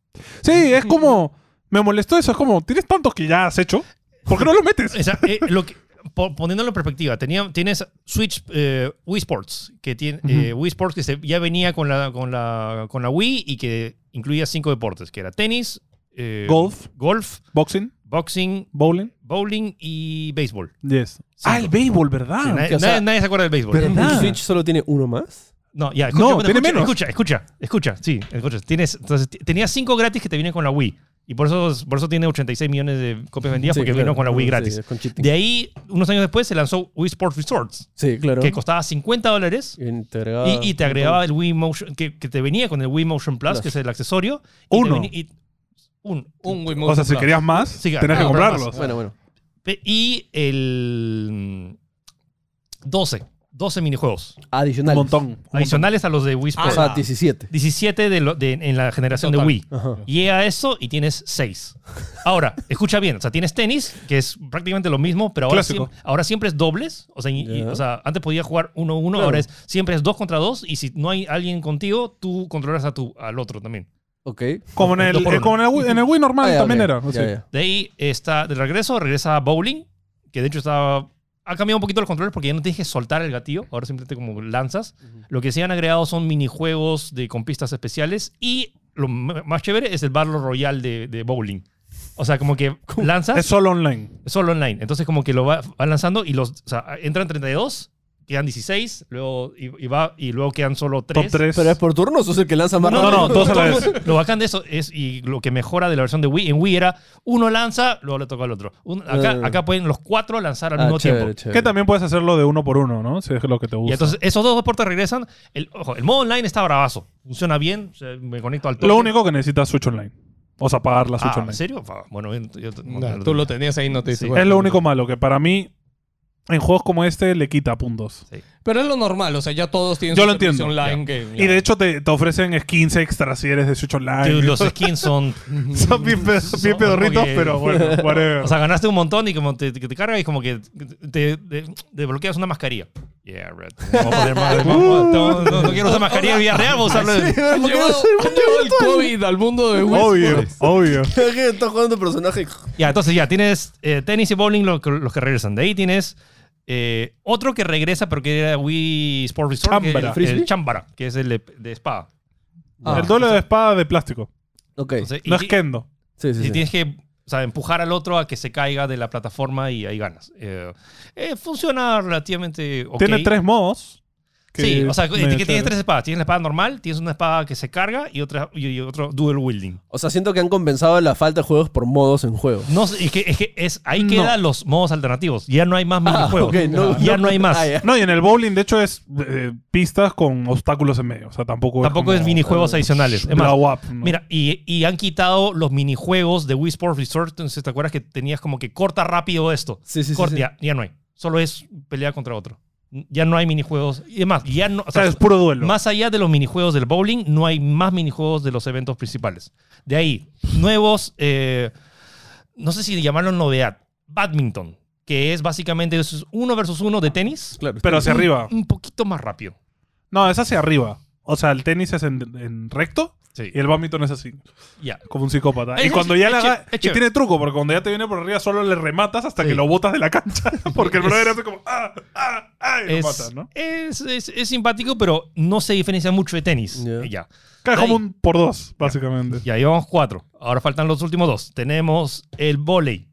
S1: Sí, es como. Me molestó eso. Es como, tienes tantos que ya has hecho. ¿Por qué no lo metes?
S4: O sea, eh, lo que- po- poniéndolo en perspectiva, tenía, tienes Switch eh, Wii Sports, que tiene eh, Wii Sports que se- ya venía con la, con, la, con la Wii y que incluía cinco deportes, que era tenis, eh,
S1: Golf,
S4: golf,
S1: boxing,
S4: boxing,
S1: bowling.
S4: bowling y béisbol.
S1: Yes.
S4: Cinco.
S1: Ah, el béisbol,
S4: Sí,
S1: ¿verdad?
S4: nadie,
S2: o sea,
S4: nadie- nadie se acuerda del béisbol.
S2: Pero
S1: ¿Verdad?
S2: el Switch solo tiene uno más.
S4: No, ya, escucha,
S1: No,
S4: bueno,
S1: tiene
S4: escucha,
S1: menos.
S4: escucha, escucha, escucha, sí, escucha. Tienes, entonces, t- tenías 5 gratis que te vienen con la Wii. Y por eso, por eso tiene 86 millones de copias vendidas
S2: Sí,
S4: porque
S2: claro.
S4: vino con la Wii
S2: Sí,
S4: gratis.
S2: es con cheating.
S4: de ahí, unos años después, se lanzó Wii Sports Resorts,
S2: Sí, claro.
S4: que costaba 50 dólares
S2: Y te agregaba-
S4: y, y te agregaba el Wii Motion, que, que te venía con el Wii Motion Plus,
S2: Plus.
S4: que es el accesorio. y te
S1: Uno.
S4: venía- y- un, un.
S3: Un Wii
S1: O sea, si
S3: Motion
S1: querías más,
S4: Sí,
S1: tenías que
S4: claro,
S1: comprarlos.
S2: Bueno, bueno.
S4: Pe- Y el. mm, 12. 12 minijuegos.
S1: Un
S2: Adicional.
S1: montón. un montón.
S4: Adicionales a los de Wii
S2: O
S4: Sports.
S2: sea, 17.
S4: 17 de lo- de- en la generación
S3: Total.
S4: de Wii.
S2: Ajá.
S4: Llega a eso y tienes 6. Ahora, escucha bien, o sea, tienes tenis, que es prácticamente lo mismo, pero ahora,
S1: Clásico.
S4: siem- ahora siempre es dobles. O sea, y- y-
S2: Ya.
S4: o sea, antes podía jugar 1-1, ahora es, siempre es 2 contra 2 y si no hay alguien contigo, tú controlas a tu, al otro también.
S2: Ok.
S1: Como en el,
S4: Dos por
S1: eh,
S4: uno.
S1: como en el Wii, en el Wii normal
S2: Ah, ya,
S1: también
S2: ok.
S1: era.
S2: Ya,
S1: sí.
S2: ya.
S4: De ahí está, de regreso, regresa a bowling, que de hecho estaba... Ha cambiado un poquito los controles porque ya no tienes que soltar el gatillo, ahora simplemente como lanzas. Lo que se han agregado son minijuegos de, con pistas especiales y lo m- más chévere es el Battle Royale de, de bowling. O sea, como que lanzas...
S1: Es solo online.
S4: solo online. Entonces, como que lo va, va lanzando y los. O sea, entran 32, quedan 16, luego, y, y va, y luego quedan solo 3.
S1: Top 3.
S2: Pero es por turnos, o es el que lanza más
S1: No, no,
S2: rápido?
S1: no, todos a la vez.
S4: Lo bacán de eso es, y lo que mejora de la versión de Wii, en Wii era uno lanza, luego le toca al otro. Un- acá,
S1: Eh.
S2: Ah.
S4: acá pueden los cuatro lanzar al
S2: Ah,
S4: mismo
S2: chévere,
S4: tiempo.
S1: Que
S2: chévere.
S1: también puedes hacerlo de uno por uno, ¿no? Si es lo que te gusta.
S4: Y entonces esos dos deportes regresan. El, ojo, el modo online está bravazo. Funciona bien. o sea, me conecto al toque.
S1: Lo único que necesitas es Switch Online. O sea, pagar la Switch
S4: Ah, ¿En
S1: Online.
S4: serio? Ah, Bueno, yo- yo-
S3: Nah, tú lo tenías ahí, no te diste
S4: Sí.
S3: cuenta.
S1: Es lo único malo, que para mí, en juegos como este, le quita puntos.
S3: Pero es lo normal, o sea, ya todos tienen
S1: Yo
S3: su
S1: lo
S3: servicio
S1: entiendo,
S3: online que.
S1: Y de hecho te, te ofrecen skins extra si eres de Switch Online.
S4: Dude, los skins son.
S1: Son bien, pe- bien pedorritos,
S4: porque-
S1: pero bueno, whatever.
S4: O sea, ganaste un montón y como te, que te cargas y como que te, te- te desbloqueas una mascarilla. Yeah, red. Vamos a poner más- vamos a- no, no, no quiero usar mascarilla en vida real, voy a usarlo en-
S3: Han llevado, han llevado el COVID al mundo de Wii
S1: obvio,
S3: Sports.
S1: obvio.
S2: Estás jugando tu personaje.
S4: Ya, entonces ya tienes eh, tenis y bowling, lo que- los que regresan. De ahí tienes eh, otro que regresa, pero que era Wii Sport Resort. que-
S1: Chambara.
S4: el,
S2: ¿Frisbee?
S4: Chambara, que es el de, de espada.
S3: Ah,
S1: el duelo de espada de plástico.
S2: Ok.
S4: Entonces, y
S1: No
S4: ti-
S1: es Kendo.
S2: Sí,
S4: y
S2: sí, sí.
S4: tienes que o sea, empujar al otro a que se caiga de la plataforma y ahí ganas. Eh, eh, funciona relativamente ok.
S1: Tiene tres modos. que
S4: sí, o sea,
S1: medio
S4: que que tienes
S1: chévere.
S4: tres espadas. Tienes la espada normal, tienes una espada que se carga y otra y, y otro dual wielding.
S2: O sea, siento que han compensado la falta de juegos por modos en juego.
S4: No, sé, es que, es que es, ahí
S1: No.
S4: quedan los modos alternativos. Ya no hay más minijuegos.
S2: Ah, ok, no-
S4: ya no, hay más.
S2: Ah, ya.
S1: No, y en el bowling, de hecho, es eh, pistas con obstáculos en medio. O sea, tampoco
S4: Tampoco es
S1: como
S4: minijuegos adicionales. Es más,
S1: blow up, ¿no?
S4: mira, y, y han quitado los minijuegos de Wii Sports Resort. Entonces, ¿te acuerdas que tenías como que corta rápido esto?
S2: Sí, sí, sí,
S4: Corta,
S2: sí.
S4: Ya, ya no hay. Solo es pelea contra otro. Ya no hay minijuegos. Y además, ya no. o
S1: O sea,
S4: sea,
S1: es puro duelo.
S4: Más allá de los minijuegos del bowling, no hay más minijuegos de los eventos principales. De ahí, nuevos, eh, no sé si llamarlo novedad, badminton, que es básicamente es uno versus uno de tenis,
S2: Claro.
S1: pero hacia
S2: Ah.
S1: arriba.
S4: un poquito más rápido.
S1: No, es hacia arriba. O sea, el tenis es en, en recto
S4: Sí.
S1: y el badminton es así,
S4: Ya.
S1: como un psicópata.
S4: Es-
S1: y cuando ya
S4: es
S1: le
S4: ché-
S1: haga-
S4: es
S1: Y
S4: chévere.
S1: tiene truco, porque cuando ya te viene por arriba solo le rematas hasta
S4: Sí.
S1: que lo botas de la cancha. Porque el
S4: Es-
S1: brother hace como. ¡Ah! ¡Ah! ¡Ah! Y
S4: Es,
S1: lo matas, ¿no?
S4: es, es- es simpático, pero no se diferencia mucho de tenis.
S2: Ya.
S4: Ya.
S1: Cae como
S4: ahí.
S1: un por dos, básicamente.
S4: Ya llevamos cuatro. Ahora faltan los últimos dos. Tenemos el volei,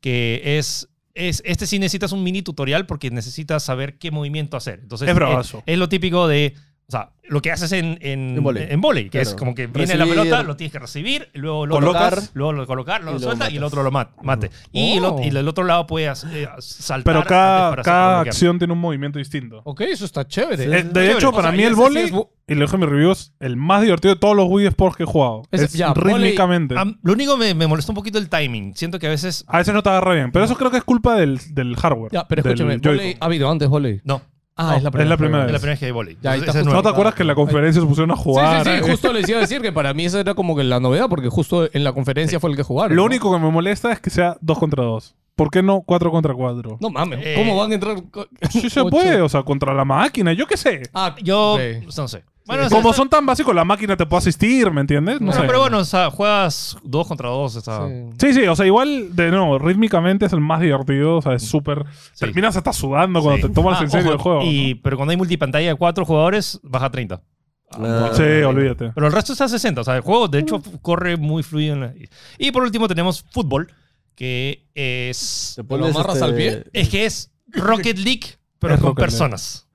S4: que es, es. Este sí necesitas un mini tutorial porque necesitas saber qué movimiento hacer. Entonces,
S1: Es bravazo.
S4: Es, es lo típico de. O sea, lo que haces en, en,
S2: En vóley.
S4: en vóley, que
S2: Claro.
S4: es como que viene la
S2: Recibir.
S4: pelota, lo tienes que recibir, luego lo
S2: Colocar.
S4: colocas, luego lo colocas,
S2: Y
S4: lo
S2: luego
S4: sueltas y el
S2: matas.
S4: otro lo mat- mate. y, el,
S3: Oh.
S4: ot- y del otro lado puedes eh, saltar.
S1: Pero cada,
S4: antes para
S1: cada
S4: bloquear.
S1: acción tiene un movimiento distinto.
S3: Ok, eso está chévere.
S1: Eh, de hecho, para
S3: O sea,
S1: mí
S3: y
S1: el
S3: ese sí
S1: vóley,
S3: es bu-
S1: y lo dije en mi review, es el más divertido de todos los Wii Sports que he jugado. Es,
S3: Ese- ya, vóley-
S1: rítmicamente.
S4: Am- lo único me, me molestó un poquito el timing. Siento que a veces.
S1: A veces no te agarra bien, pero eso creo que es culpa del, del hardware.
S3: Ya, pero
S1: del
S3: escúchame,
S1: Joy-Con.
S3: vóley ha habido antes vóley.
S4: No,
S3: Ah,
S1: No,
S3: es la
S1: es
S3: primera.
S1: la primera
S4: es la
S1: vez.
S4: primera vez que hay volley.
S3: Ya, ahí
S4: Entonces, ese
S3: está
S4: es
S3: justo.
S1: ¿No te
S4: nuevo.
S1: acuerdas que en la conferencia se pusieron a jugar? Eh,
S3: Sí, sí, sí, justo les iba a decir que para mí esa era como que la novedad, porque justo en la conferencia fue el que jugaron.
S1: Lo
S3: ¿no?
S1: único que me molesta es que sea 2 contra 2. ¿Por qué no 4 contra 4?
S3: No mames,
S4: Eh,
S3: ¿cómo van a entrar? co-
S1: Sí se
S3: ocho?
S1: puede, o sea, contra la máquina, yo qué sé.
S3: Ah,
S4: Yo. pues,
S3: ok.
S4: No sé.
S3: Ah,
S4: Bueno, o sea,
S1: Como
S4: está-
S1: son tan básicos, la máquina te puede asistir, ¿me entiendes? No
S4: bueno,
S1: sé.
S4: pero bueno, o sea, juegas dos contra dos. Está,
S3: Sí.
S1: Sí, sí, o sea, igual, de nuevo, rítmicamente es el más divertido, o sea, es súper...
S4: Sí.
S1: Terminas hasta sudando cuando
S4: Sí.
S1: te tomas
S4: Ah,
S1: en serio
S4: ojo,
S1: el juego.
S4: Y, pero cuando hay multipantalla de cuatro jugadores, baja a 30.
S2: Ah,
S1: Sí, olvídate.
S4: Pero el resto está a 60. O sea, el juego, de hecho, f- corre muy fluido. en la- Y por último tenemos fútbol, que es...
S2: Te pones, este,
S3: amarras al pie?
S4: Es que es Rocket League, pero
S1: Es
S4: con
S1: Rocket League.
S4: personas.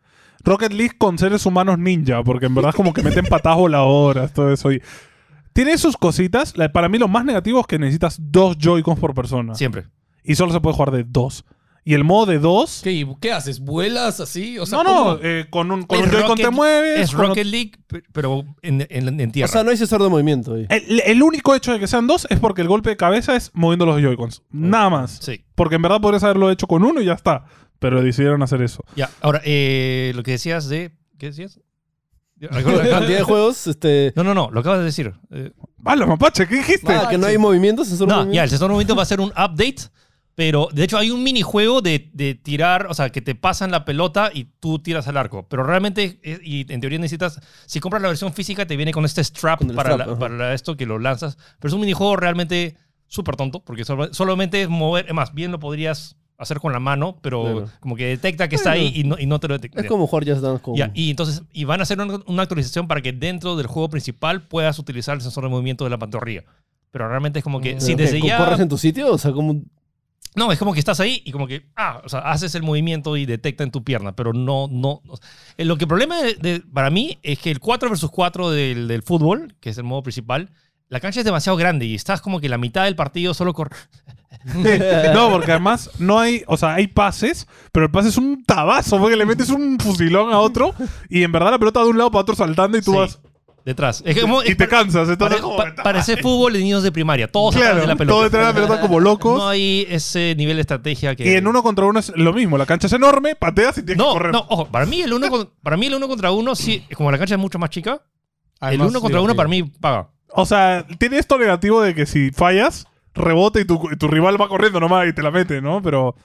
S1: Rocket League con seres humanos ninja, porque en verdad es como que meten patas voladoras, todo eso. Y tiene sus cositas. La- Para mí lo más negativo es que necesitas dos Joy-Cons por persona.
S4: Siempre.
S1: Y solo se puede jugar de dos. Y el modo de dos...
S3: ¿Qué, y qué haces? ¿Vuelas así? O
S1: no,
S3: sea,
S1: no,
S3: ¿cómo?
S1: eh, con un, con
S4: Es
S1: un Joy-Con
S4: Rocket-
S1: te mueves.
S4: Es
S1: con
S4: Rocket League, pe- pero en, en- en
S2: O
S4: tierra.
S2: sea, no hay sensor de movimiento ahí.
S1: El, el único hecho de que sean dos es porque el golpe de cabeza es moviendo los Joy-Cons. Nada más.
S4: Sí.
S1: Porque en verdad podrías haberlo hecho con uno y ya está. Pero decidieron hacer eso.
S4: Ya, ahora, eh, lo que decías de... ¿Qué decías?
S2: La cantidad de juegos, este.
S4: No, no, no, lo acabas de decir. Eh,
S1: ¡Ah, la mapache! ¿Qué dijiste?
S2: Ah, que no hay movimiento, sensor de
S4: No, ya, el
S2: movimiento.
S4: sensor de movimiento va a ser un update. Pero, de hecho, hay un minijuego de, de tirar, o sea, que te pasan la pelota y tú tiras al arco. Pero realmente, eh, y en teoría necesitas, si compras la versión física, te viene con este strap
S2: Con el
S4: para,
S2: strap,
S4: la-
S2: ajá.
S4: para la- esto que lo lanzas. Pero es un minijuego realmente súper tonto, porque solo- solamente es mover, es más, bien lo podrías hacer con la mano, pero
S2: Claro.
S4: como que detecta que está
S2: Bueno.
S4: ahí y no, y no te lo detecta.
S2: Es como jugar Just Dance con.
S4: Ya, y entonces, y van a hacer una, una actualización para que dentro del juego principal puedas utilizar el sensor de movimiento de la pantorrilla. Pero realmente es como que,
S3: Mm.
S4: si
S2: ¿Pero
S4: desde
S2: qué,
S4: ya...
S2: Ah. ¿Corres en tu sitio? O sea, como.
S4: No, es como que estás ahí y como que, ah, o sea, haces el movimiento y detecta en tu pierna, pero no, no. no. Eh, Lo que el problema de- de- para mí es que el 4 versus 4 del, del fútbol, que es el modo principal, la cancha es demasiado grande y estás como que la mitad del partido solo con...
S1: no, porque además no hay, o sea, hay pases, pero el pase es un tabazo, porque le metes un fusilón a otro y en verdad la pelota de un lado para otro saltando y tú
S4: Sí,
S1: vas
S4: Detrás. Es que como-
S1: y
S4: es
S1: te
S4: pare-
S1: cansas. Entonces,
S4: pare-
S1: como que
S4: pa- parece fútbol de niños de primaria, todos atrás
S1: claro,
S4: de la
S1: todo
S4: pelota.
S1: detrás de la pelota como locos.
S4: No hay ese nivel de estrategia que...
S1: y en uno contra uno es lo mismo, la cancha es enorme, pateas y tienes que
S4: no,
S1: correr.
S4: no, ojo, para mí el uno, con- para mí el uno contra uno, sí, como la cancha es mucho más chica,
S3: Además,
S4: el uno contra uno
S3: divertido.
S4: para mí paga.
S1: O sea, tiene esto negativo de que si fallas, rebota y tu, y tu rival va corriendo nomás y te la mete, ¿no? Pero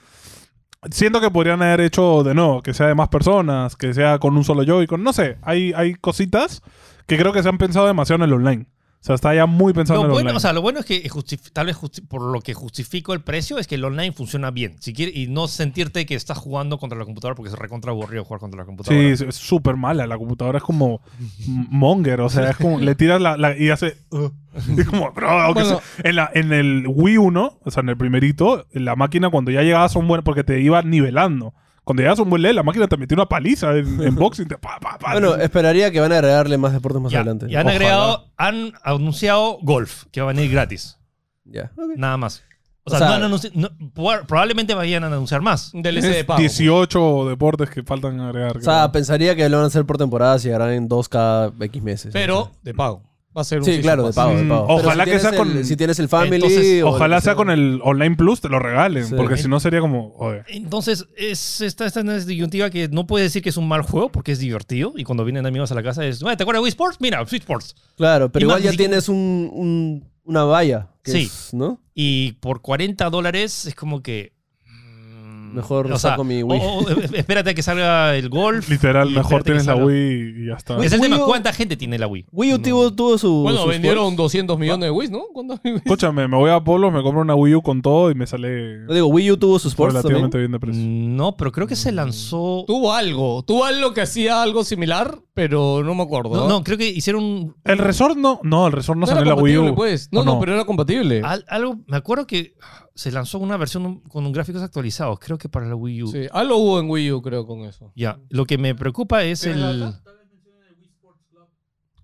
S1: siento que podrían haber hecho de nuevo, que sea de más personas, que sea con un solo Joy-Con, no sé, hay, hay cositas que creo que se han pensado demasiado en el online. O sea, está ya muy pensado en
S4: Lo
S1: el
S4: bueno,
S1: online.
S4: o sea, lo bueno es que justif- tal vez justi- por lo que justifico el precio es que el online funciona bien. Si quieres, y no sentirte que estás jugando contra la computadora porque es recontra aburrido jugar contra la
S1: Sí,
S4: computadora.
S1: es- es súper mala. La computadora es como m- monger. O sea, es como le tiras la, la- y hace. "Ugh". Y es como, bro, aunque
S3: Bueno.
S1: sea- en, la, en el Wii 1, o sea, en el primerito, la máquina cuando ya llegabas a un buen. Porque te iba nivelando. Cuando llegabas a un buen level, la máquina te metió una paliza en, en boxing. Te, pa, pa, pa.
S2: Bueno, esperaría que van a agregarle más deportes más
S4: Ya,
S2: adelante.
S4: y han agregado, han anunciado golf, que va a venir gratis.
S2: Ya. ok.
S4: Nada más.
S2: O
S4: O sea,
S2: sea,
S4: no han anunci- no- proba- probablemente vayan a anunciar más.
S3: Un DLC de
S1: Tienes
S3: pago.
S1: 18 deportes que faltan agregar.
S2: O sea, pensaría que lo van a hacer por temporada si llegarán en dos cada X meses.
S3: Pero de pago. Va a ser un
S2: Sí,
S3: season
S2: claro, de
S3: pass.
S2: pago, de
S1: Mm,
S2: pago.
S1: ojalá
S2: Pero si
S1: que sea
S2: tienes el-
S1: con-
S2: Si tienes el family.
S4: Entonces,
S2: o lo
S1: Ojalá
S2: que
S1: sea con el Online Plus, te lo regalen.
S2: Sí.
S1: Porque si no sería como. oye.
S4: Entonces, es esta, esta es disyuntiva que no puedes decir que es un mal juego porque es divertido. Y cuando vienen amigos a la casa es, "Ah, ¿te acuerdas de Wii Sports? Mira, Switch Sports.
S2: Claro, pero
S4: Y
S2: igual
S4: más,
S2: ya
S4: ni-
S2: tienes un, un- una valla. que
S4: Sí.
S2: es, ¿No?
S4: Y por 40 dólares es como que. mm,
S2: Mejor saco mi Wii.
S4: o- o, eh, espérate a que salga el golf.
S1: Literal,
S4: y
S1: mejor
S4: espérate
S1: tienes
S4: que
S1: la
S4: salga-
S1: Wii y ya está.
S4: Es el
S2: Wii
S4: tema,
S2: U-
S4: ¿cuánta gente tiene la Wii?
S2: Wii U tuvo, tuvo su.
S3: Bueno,
S2: sus
S3: vendieron
S2: ports.
S3: 200 millones de Wii, ¿no? ¿Cuántos Wii?
S1: Escúchame, me voy a Polos, me compro una Wii U con todo y me sale
S2: No digo, Wii U tuvo sus ports también.
S1: relativamente bien de precio.
S4: No, pero creo que
S1: Mm.
S4: se lanzó.
S3: Tuvo algo. Tuvo algo que hacía algo similar, pero no me acuerdo.
S4: No, no, creo que hicieron
S1: El resort no, no, el resort no,
S3: No
S1: salió en
S3: era
S1: la Wii
S3: compatible,
S1: U.
S3: pues.
S1: ¿O
S3: No, no,
S1: no?
S3: pero era compatible.
S4: al- algo. Me acuerdo que se lanzó una versión con gráficos actualizados. Creo que
S3: Ah,
S4: para la Wii U.
S3: Sí, algo hubo en Wii U, creo, con eso.
S4: Ya. Lo que me preocupa es el.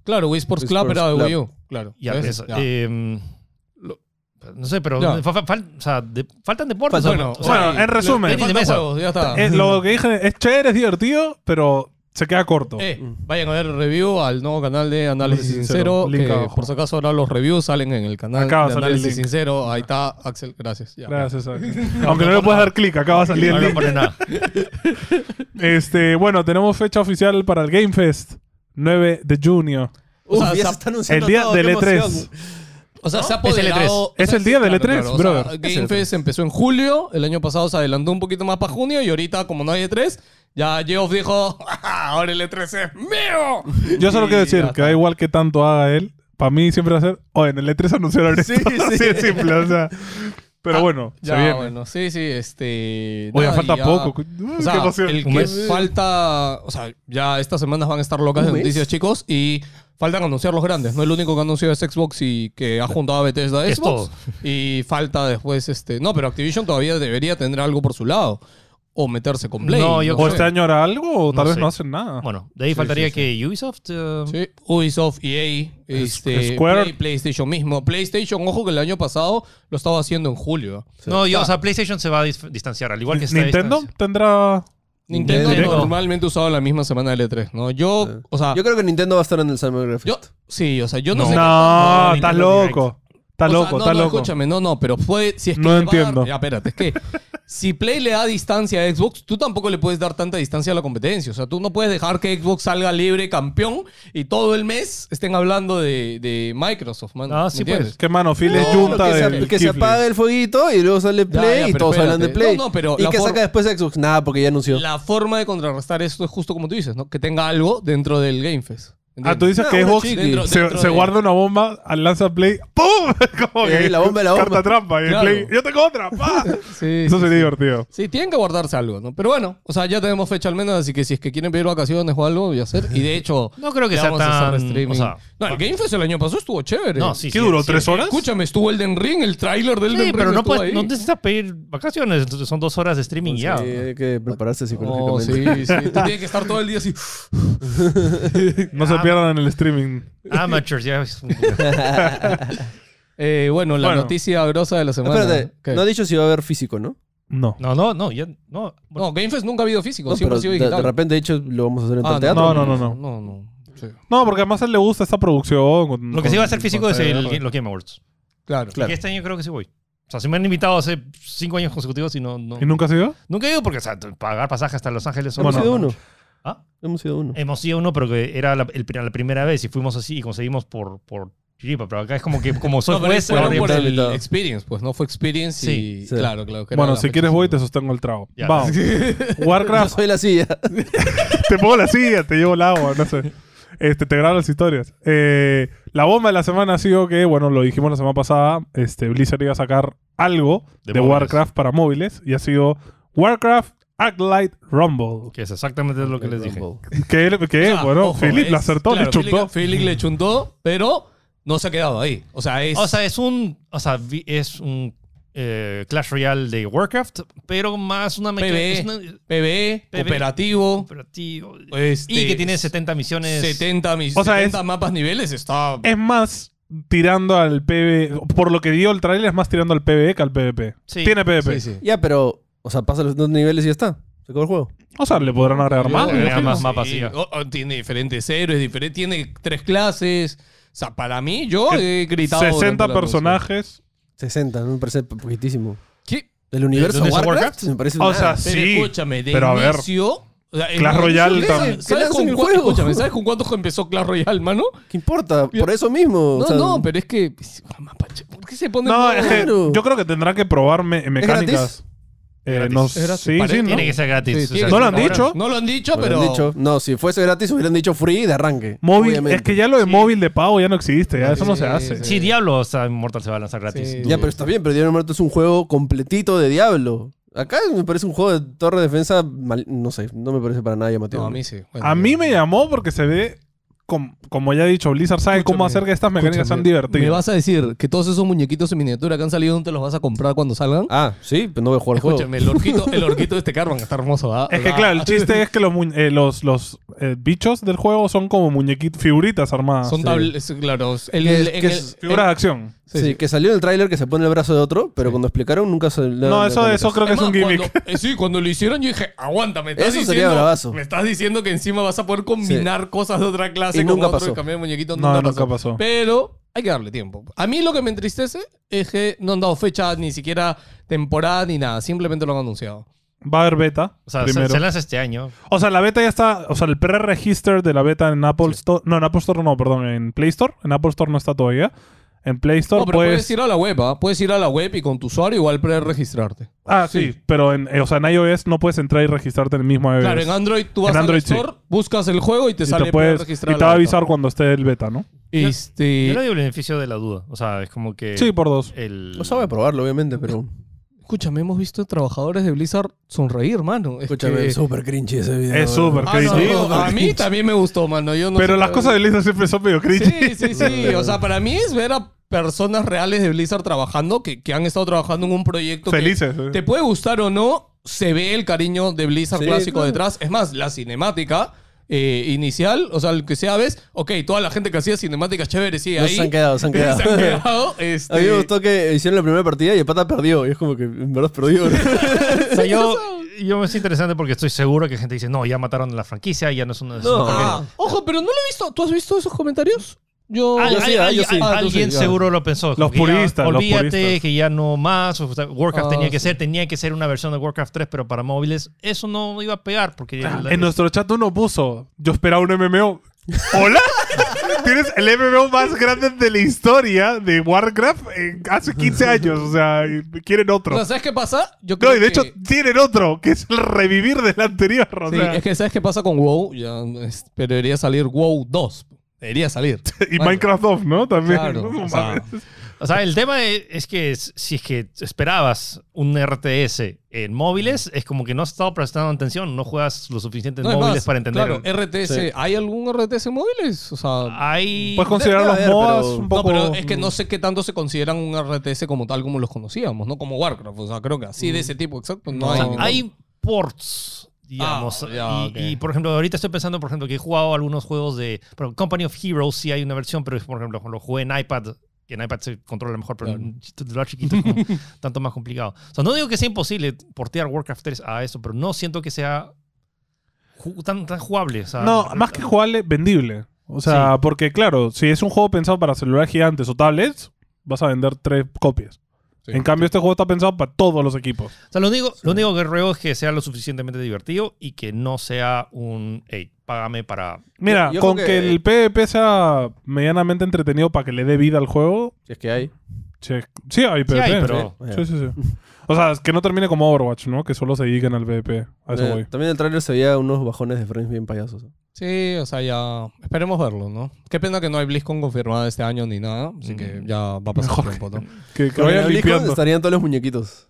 S3: Claro, Wii Sports
S2: Wii
S3: Club
S2: Sports
S3: era de
S2: Club.
S3: Wii U. Claro.
S4: Ya,
S3: ¿Ves?
S4: eso.
S3: Ya.
S4: Eh, lo- no sé, pero
S3: Ya.
S4: fa- fa- fal- o sea, de- faltan deportes.
S3: Bueno,
S4: o sea,
S3: o sea,
S1: bueno, en
S3: le-
S1: resumen.
S3: le
S4: Tenis
S3: faltan
S4: de mesa.
S3: juegos, ya está.
S1: Eh, lo que dije es chévere, es divertido, pero se queda corto.
S3: Eh, vayan a ver el review al nuevo canal de Análisis
S1: Análisis
S3: Sincero.
S1: Sincero, link
S3: que,
S1: abajo.
S3: por si acaso ahora los reviews salen en el canal
S1: Acaba de
S3: de
S1: salir el
S3: Análisis
S1: link.
S3: Sincero. Ahí está, Axel. Gracias. Ya.
S1: Gracias. Isaac. Aunque no le puedes dar clic, acaba de salir
S4: no,
S1: el
S4: no
S1: link.
S4: pone nada.
S1: Este, bueno, tenemos fecha oficial para el Game Fest. 9 de junio.
S2: Uf,
S3: sea,
S2: ya
S3: sa-
S2: se está anunciando
S1: el día
S2: todo,
S1: del
S2: qué
S1: E3.
S2: emoción.
S3: O sea, se ha
S4: Es el E3.
S3: apoderado... o
S1: Es
S3: sea,
S1: el día
S3: sí,
S1: del
S3: E claro,
S1: E3,
S3: claro. O sea,
S1: brother.
S3: Game Fest empezó en julio. El año pasado se adelantó un poquito más para junio. Y ahorita, como no hay E3, ya Geoff dijo, ahora el E3 es mío.
S1: Yo solo quiero
S3: Y ya
S1: decir que
S3: está.
S1: da igual que tanto haga él. Para mí siempre va a ser, o en el E E3 anunciaron esto.
S2: Sí, sí.
S1: Así de simple, o sea. Pero bueno,
S3: Ya,
S1: se viene.
S3: bueno, sí, sí, este...
S1: Oye,
S3: nada,
S1: falta
S3: y ya-
S1: poco. Uy,
S3: O sea,
S1: qué emoción.
S3: el
S4: Un
S3: que
S4: mes.
S3: falta, o sea, ya estas semanas van a estar locas de
S2: ¿Un mes?
S3: noticias, chicos, y faltan anunciar los grandes. No el único que anunció es Xbox y que ha juntado a Bethesda
S4: Es
S3: Xbox.
S4: todo.
S3: Y falta después este, no, pero Activision todavía debería tener algo por su lado o meterse con Play.
S4: No, yo
S1: O
S4: sé.
S1: este año hará algo, o tal
S4: No
S1: vez
S4: sé.
S1: no hacen nada.
S4: Bueno, de ahí
S3: Sí,
S4: faltaría
S3: sí,
S4: que Ubisoft. eh,
S3: Sí, Ubisoft, EA, este,
S1: Square.
S3: Play, PlayStation mismo. PlayStation, ojo que el año pasado lo estaba haciendo en julio.
S4: No,
S3: Ah.
S4: yo, o sea, PlayStation se va a dis- distanciar, al igual que está
S1: Nintendo
S4: distancia.
S1: tendrá.
S3: Nintendo,
S2: Nintendo.
S3: normalmente usado la misma semana del E3, ¿no? Yo, o sea,
S2: Yo creo que Nintendo va a estar en el Summer Game Fest.
S3: yo, sí, o sea, yo no,
S1: No,
S3: sé qué
S1: estás
S4: no, Nintendo
S1: loco. Estás
S3: O sea,
S1: loco,
S3: no,
S1: estás
S3: no,
S1: loco.
S3: Escúchame, no, no, pero fue. Si es que
S1: No
S3: le va a
S1: entiendo.
S3: dar- ya, espérate, es que si Play le da distancia a Xbox, tú tampoco le puedes dar tanta distancia a la competencia. O sea, tú no puedes dejar que Xbox salga libre campeón y todo el mes estén hablando de, de Microsoft, man.
S4: Ah,
S3: ¿Me
S4: sí,
S3: entiendes?
S1: pues. Qué mano, Phil es
S2: No,
S1: yunta
S2: que, se,
S1: del
S2: que se
S1: Kifli.
S2: apaga el fueguito y luego sale
S3: Ya,
S2: Play
S3: ya,
S2: y
S3: pero
S2: todos hablan de
S3: espérate.
S2: Play.
S3: No, no, pero
S2: ¿Y
S3: la
S2: qué
S3: for-
S2: saca después Xbox? Nada, porque ya anunció.
S3: La forma de contrarrestar esto es justo como tú dices, ¿no? Que tenga algo dentro del Game Fest.
S1: Ah,
S3: ¿entiendes?
S1: tú dices
S2: No,
S1: que
S2: una
S1: Xbox
S2: chica.
S3: Dentro-
S1: se,
S3: dentro
S1: se
S3: de-
S1: guarda una bomba, al lanza play, ¡pum! Como
S2: Y ahí
S1: que
S2: la bomba, la bomba.
S1: Carta trampa y el
S3: Claro.
S1: play, ¡yo tengo otra! ¡pa!
S3: Sí,
S1: Eso
S3: sí,
S1: sería
S3: sí.
S1: divertido.
S3: Sí, tienen que guardarse algo, ¿no? Pero bueno, o sea, ya tenemos fecha al menos, así que si es que quieren pedir vacaciones o algo, voy a hacer. Y de hecho,
S4: No creo que
S3: ya
S4: sea
S3: vamos a hacer
S4: tan-
S3: streaming.
S4: o sea,
S3: no, el Game Fest el año pasado estuvo chévere.
S4: No, sí,
S1: ¿Qué
S4: sí,
S1: duró?
S4: sí.
S1: ¿Tres horas?
S3: Escúchame, estuvo el Den Ring, el trailer del
S4: Sí,
S3: Elden Ring.
S4: pero no,
S3: estuvo
S4: puedes,
S3: ahí. Pues
S4: no necesitas pedir vacaciones, entonces son dos horas de streaming y ya.
S2: Sí, hay que prepararse
S3: No, sí,
S2: psicológicamente.
S3: sí. Tú tienes que estar todo el día así.
S1: No se pierdan en el streaming.
S4: Amateurs, ya.
S3: Eh, bueno, la
S1: Bueno.
S3: noticia grosa de la semana.
S2: Espérate,
S3: ¿Qué?
S2: no ha dicho si va a haber físico, ¿no?
S1: No.
S4: No, no, no, ya. No, bueno,
S3: No, Game Fest nunca ha habido físico,
S2: No,
S3: siempre
S2: pero
S3: ha sido
S2: de, de
S3: digital.
S2: repente ha dicho lo vamos a hacer en
S3: Ah,
S2: tal teatro.
S1: No, no, no,
S3: No, no. Sí.
S1: No, porque además a él le gusta esta producción. con-
S4: lo que sí
S1: con-
S4: va a ser físico es el,
S1: con-
S4: los Game Awards.
S3: Claro.
S4: Que este año creo que sí voy. O sea, se me han invitado hace cinco años consecutivos y no. no-
S1: ¿Y nunca se dio?
S4: Nunca he ido porque, o sea, pagar pasaje hasta Los Ángeles solo.
S2: Hemos
S1: Bueno,
S2: ido
S1: no.
S2: uno.
S4: ¿Ah?
S2: Hemos ido uno.
S4: Hemos ido uno, pero que era la, el pri- la primera vez y fuimos así y conseguimos por, por chiripa. Pero acá es como que, como soy
S3: No, pero
S4: juez,
S3: fueron
S4: ahora-
S3: por
S2: invitado,
S3: el
S2: invitado.
S3: Experience, pues no fue Experience y
S2: Sí, sí.
S3: claro, claro. que era
S1: Bueno,
S3: la
S1: si
S3: fecha,
S1: quieres
S3: sí.
S1: voy y te sostengo el trago.
S4: Ya.
S1: Vamos.
S2: Yo
S1: Warcraft,
S2: soy la silla.
S1: te pongo la silla, te llevo el agua, no sé. Este, te grabo las historias. Eh, la bomba de la semana ha sido que, bueno, lo dijimos la semana pasada, este, Blizzard iba a sacar algo
S4: De
S1: de,
S4: móviles.
S1: Warcraft para móviles y ha sido Warcraft Arclight Rumble.
S4: Que es exactamente lo que les dije.
S1: Que, él- que,
S3: Ah,
S1: Eh, bueno,
S3: ojo,
S1: Philip
S3: es-
S1: lo acertó,
S3: claro,
S1: le chutó.
S3: Philip- Philip le chuntó, pero no se ha quedado ahí. O sea, es.
S4: O sea, es un. O sea, vi- es un eh, Clash Royale de Warcraft, pero más una meca-
S3: PvE.
S4: es una-
S3: PvE,
S4: PvE.
S3: operativo.
S4: operativo.
S3: Este,
S4: y que tiene 70 misiones.
S3: 70, mis-
S1: O sea,
S3: 70
S1: es-
S3: mapas niveles. Está.
S1: Es más tirando al PvE, por lo que dio el trailer, es más tirando al PvE que al PvP.
S4: Sí.
S1: Tiene PvP.
S3: Sí, sí.
S2: Ya, pero, o sea, pasa los dos niveles y ya está. Se acabó el juego.
S1: O sea, le podrán agregar
S3: Yo
S1: más.
S4: Agrega
S3: imagino,
S4: más mapas, sí.
S3: O- o Oh, tiene diferentes héroes, diferentes, tiene tres clases. O sea, para mí, yo he gritado. durante
S1: 60
S3: la
S1: personajes.
S2: 60, ¿no? me parece poquitísimo.
S3: noche. ¿Qué?
S2: ¿Del universo de
S4: ¿Del universo
S2: Warcraft?
S4: Warcraft?
S2: Me parece
S1: O
S2: nada.
S1: sea,
S3: Pero
S1: sí.
S3: escúchame, de
S1: pero a ver.
S3: inicio. o sea, en
S1: Clash
S3: el
S1: Royale
S3: inicio,
S1: también.
S2: ¿Qué le
S3: ¿Sabes
S2: hacen
S3: con
S2: el
S3: cuánto-
S2: juego?
S3: escúchame, ¿sabes con cuántos empezó Clash Royale, mano?
S2: ¿Qué importa? Por eso mismo.
S3: No,
S2: o sea,
S3: no, pero es que. Mapache, ¿Por qué se pone.?
S1: No,
S3: todo?
S1: es que
S2: Claro.
S1: yo creo que tendrán que probar me- mecánicas.
S2: gratis?
S1: Eh,
S4: Gratis.
S1: no,
S3: Es gratis.
S1: sí,
S3: Parece-
S1: sí, ¿no?
S4: Tiene que ser gratis.
S3: Sí,
S4: o sea,
S3: tiene
S1: ¿No lo
S3: que
S1: han
S3: ser
S1: dicho?
S3: ahora. No lo han dicho,
S2: Hubieran
S3: pero.
S2: dicho- no, si fuese gratis hubieran dicho free de arranque.
S1: Móvil,
S2: obviamente.
S1: es que ya lo de móvil de pago ya no existe, ya eso no se
S3: Sí,
S1: hace.
S4: Sí, Diablo o sea, Immortal se va a lanzar gratis.
S3: Sí.
S2: Ya, pero está bien, pero Diablo Muerto es un juego completito de Diablo. Acá me parece un juego de torre de defensa, mal- no sé, no me parece para nada llamativo.
S3: No, a mí sí. Bueno,
S1: A mí
S3: ya.
S1: me llamó porque se ve, com- como ya he dicho, Blizzard sabe cómo hacer que estas mecánicas sean
S3: Escúchame, ¿Me
S1: divertidas.
S3: vas a decir que todos esos muñequitos en miniatura que han salido no te los vas a comprar cuando salgan?
S2: Ah, sí, pero no voy a jugar al juego.
S3: Escúchame, el orquito, el orquito de este Carvan está hermoso. ¿ah?
S1: Es que
S3: Ah,
S1: claro, el chiste es que los, mu- eh, los, los eh, bichos del juego son como muñequitos, figuritas armadas.
S3: Son
S1: Son
S2: Sí.
S3: tables, claro. El,
S2: Que es-
S3: en
S2: que
S3: el-
S2: es-
S1: figuras de acción.
S3: Sí,
S2: Sí,
S3: sí.
S2: que salió en el tráiler que se pone el brazo de otro, pero cuando explicaron nunca salió.
S1: No, eso, eso creo que es
S3: más,
S1: un gimmick.
S3: Cuando, eh, sí, cuando lo hicieron yo dije, aguanta, me estás,
S2: Eso sería
S3: diciendo,
S2: bravazo.
S3: me estás diciendo que encima vas a poder combinar cosas de otra clase
S2: Y
S3: con
S2: nunca
S3: otro
S2: pasó.
S3: y cambiar de muñequito.
S1: No, nunca pasó.
S3: Pero hay que darle tiempo. A mí lo que me entristece es que no han dado fecha, ni siquiera temporada, ni nada. Simplemente lo han anunciado.
S1: Va a haber beta.
S4: O sea, se,
S1: primero.
S4: se lanza este año.
S1: O sea, la beta ya está. O sea, el pre-register de la beta en Apple Store. No, en Apple Store no, perdón, en Play Store. En Apple Store no está todavía. En Play Store
S3: No, pero puedes...
S1: puedes.
S3: ir a la web, ¿ah? Puedes ir a la web y con tu usuario igual pre-registrarte.
S1: Ah, sí, pero en, eh, o sea, en iOS no puedes entrar y registrarte en el mismo iOS.
S3: Claro, en Android tú vas
S1: En
S3: al
S1: Android, sí.
S3: store, buscas el juego y te
S1: y
S3: sale
S1: te, puedes, y
S3: pre-registrado
S1: te
S3: la
S1: va a
S3: beta.
S1: avisar cuando esté el beta, ¿no?
S3: Este...
S4: Yo le doy el beneficio de la duda. O sea, es como que.
S1: Sí, por
S3: Eh,
S1: dos.
S4: El,
S2: No sabe probarlo, obviamente, pero.
S3: Escúchame, hemos visto trabajadores de Blizzard sonreír, mano. Es
S2: Escúchame,
S3: que-
S2: es súper cringy ese video. eh.
S1: Es
S2: bro.
S1: súper
S3: Ah, no,
S1: cringy.
S3: no, a mí también me gustó, mano. Yo no
S1: pero
S3: sé-
S1: las cosas de Blizzard siempre son medio cringy.
S3: Sí, sí, sí. O sea, para mí es ver a personas reales de Blizzard trabajando, que, que han estado trabajando en un proyecto. que
S1: Felices. eh.
S3: te puede gustar o no, se ve el cariño de Blizzard
S2: Sí,
S3: clásico
S2: claro.
S3: detrás. Es más, la cinemática eh, inicial, o sea, el que sea, ves, ok, toda la gente que hacía cinemáticas chéveres sigue
S2: No,
S3: ahí.
S2: se han quedado, se han quedado.
S3: Se han quedado, este,
S2: A mí me gustó que hicieron la primera partida y el pata perdió. Y es como que en verdad perdió. bro.
S4: O sea, yo, yo me es interesante porque estoy seguro que gente dice, no, ya mataron a la franquicia, ya no es una. es una
S2: No.
S4: franquicia".
S3: Ah, ojo, pero no lo he visto. ¿Tú has visto esos comentarios? Yo.
S4: Al-
S2: Yo sí,
S4: al-
S2: ah,
S4: al-
S2: yo sí.
S4: al-
S3: Ah, tú
S4: alguien
S3: sí, ya.
S4: seguro lo pensó.
S1: Los
S4: Como que ya,
S1: puristas, los
S4: Olvídate
S1: puristas.
S4: que ya no más. o sea, Warcraft
S3: Ah,
S4: tenía que
S3: sí.
S4: ser, tenía que ser una versión de Warcraft 3, pero para móviles eso no iba a pegar porque ya la-
S1: Ah, En nuestro chat uno puso, yo esperaba un MMO. ¿Hola? Tienes el MMO más grande de la historia de Warcraft en hace 15 años. O sea, y quieren otro.
S3: No, ¿Sabes qué pasa? Yo creo
S1: No, y de
S3: que-
S1: hecho tienen otro, que es el revivir del anterior. O
S3: Sí,
S1: sea,
S3: es que ¿sabes qué pasa con WoW? Ya, es- pero debería salir WoW 2. Debería salir.
S1: y
S3: Bueno,
S1: Minecraft Off, ¿no? También.
S3: Claro,
S1: No
S3: o sea,
S4: Ah,
S1: mames.
S4: O sea, el tema es, es que es- si es que esperabas un RTS en móviles, es como que no has estado prestando atención, no juegas lo suficiente en
S3: no, es
S4: móviles
S3: más,
S4: para entender.
S3: Claro, RTS.
S2: Sí.
S3: ¿Hay algún RTS en móviles? O
S1: Ah,
S3: sea.
S4: Hay.
S1: Puedes considerar
S2: Debe
S1: los
S2: haber,
S1: mods
S2: pero-
S1: un
S3: No,
S1: poco. mm,
S3: pero es que no sé qué tanto se consideran un RTS como tal como los conocíamos, ¿no? Como Warcraft. O sea, creo que así de
S1: Mm.
S3: ese tipo, exacto. No,
S4: o
S3: hay.
S4: sea,
S3: ninguno.
S4: hay ports, digamos.
S3: ya,
S4: y,
S3: ok.
S4: y, por ejemplo, ahorita estoy pensando, por ejemplo, que he jugado algunos juegos de. por ejemplo, Company of Heroes sí hay una versión, pero por ejemplo, lo jugué en iPad. Que en iPad se controla mejor, pero
S3: Claro.
S4: en un celular chiquito es como tanto más complicado. O sea, no digo que sea imposible portear Warcraft 3 a eso, pero no siento que sea ju- tan, tan jugable. o sea,
S1: No, más que jugable, vendible. O sea, porque claro, si es un juego pensado para celulares gigantes o tablets, vas a vender tres copias.
S3: Sí.
S1: en cambio, este juego está pensado para todos los equipos.
S4: O sea, lo único, lo único que ruego es que sea lo suficientemente divertido y que no sea un, hey, págame para...
S1: Mira,
S2: Yo- yo
S1: con que...
S2: creo que-
S1: el PvP sea medianamente entretenido para que le dé vida al juego,
S2: Si es que hay.
S1: sí, sí hay PvP.
S4: hay, pero-
S1: Sí, sí, sí. O sea, que no termine como Overwatch, ¿no? Que solo se dediquen al PvP. A eso
S2: Eh,
S1: voy.
S2: también en el tráiler se veía unos bajones de frames bien payasos.
S3: Sí, o sea, ya. Esperemos verlo, ¿no? Qué pena que no hay BlizzCon confirmada este año ni nada. Así que ya va a pasar tiempo, ¿no?
S1: Mm. Que, que
S2: Pero en
S1: vayan
S2: el disco
S1: limpiando.
S2: estarían todos los muñequitos.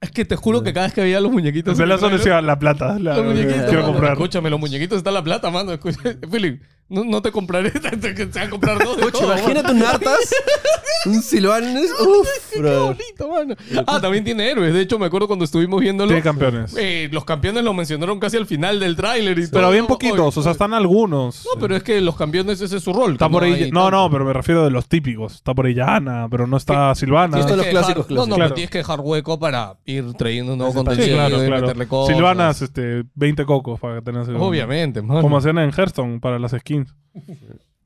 S3: Es que te juro que cada vez que veía los muñequitos.
S1: Se la
S3: en el
S1: decía la plata. la-
S3: Los muñequitos.
S1: quiero
S3: mano.
S1: comprar.
S3: Escúchame, los muñequitos están la plata, mano. Escucha- Philip, no, no te compraré tanto que se van a comprar dos. de
S2: Pucha,
S3: todo,
S2: imagínate un hartas. un Silvanes. Uf,
S3: Qué
S2: bro.
S3: bonito, mano. Ah, también tiene héroes. De hecho, me acuerdo cuando estuvimos viéndolo.
S1: Tiene campeones.
S3: eh, los campeones lo mencionaron casi al final del tráiler y todo.
S1: Pero bien poquitos, o sea, están algunos. Eh,
S3: No, pero es que los campeones ese es su rol.
S1: Está
S3: que
S1: por ahí.
S3: hay
S1: No,
S3: tanto.
S1: no, pero me refiero de los típicos. Está por ahí Ana, pero no está Silvana.
S2: Sí,
S3: Tienes
S2: Estos son los
S3: que
S2: clásicos,
S3: dejar- No,
S2: clásicos.
S3: no, pero
S1: Claro.
S3: tienes que dejar hueco para ir trayendo un nuevo
S2: Sí,
S3: contenido
S1: Sí, claro,
S3: y
S1: claro.
S3: meterle cosas.
S1: Silvanas, este, 20 cocos para que tengas. el-
S3: Obviamente, mano.
S1: Como hacían en Hearthstone para las skins.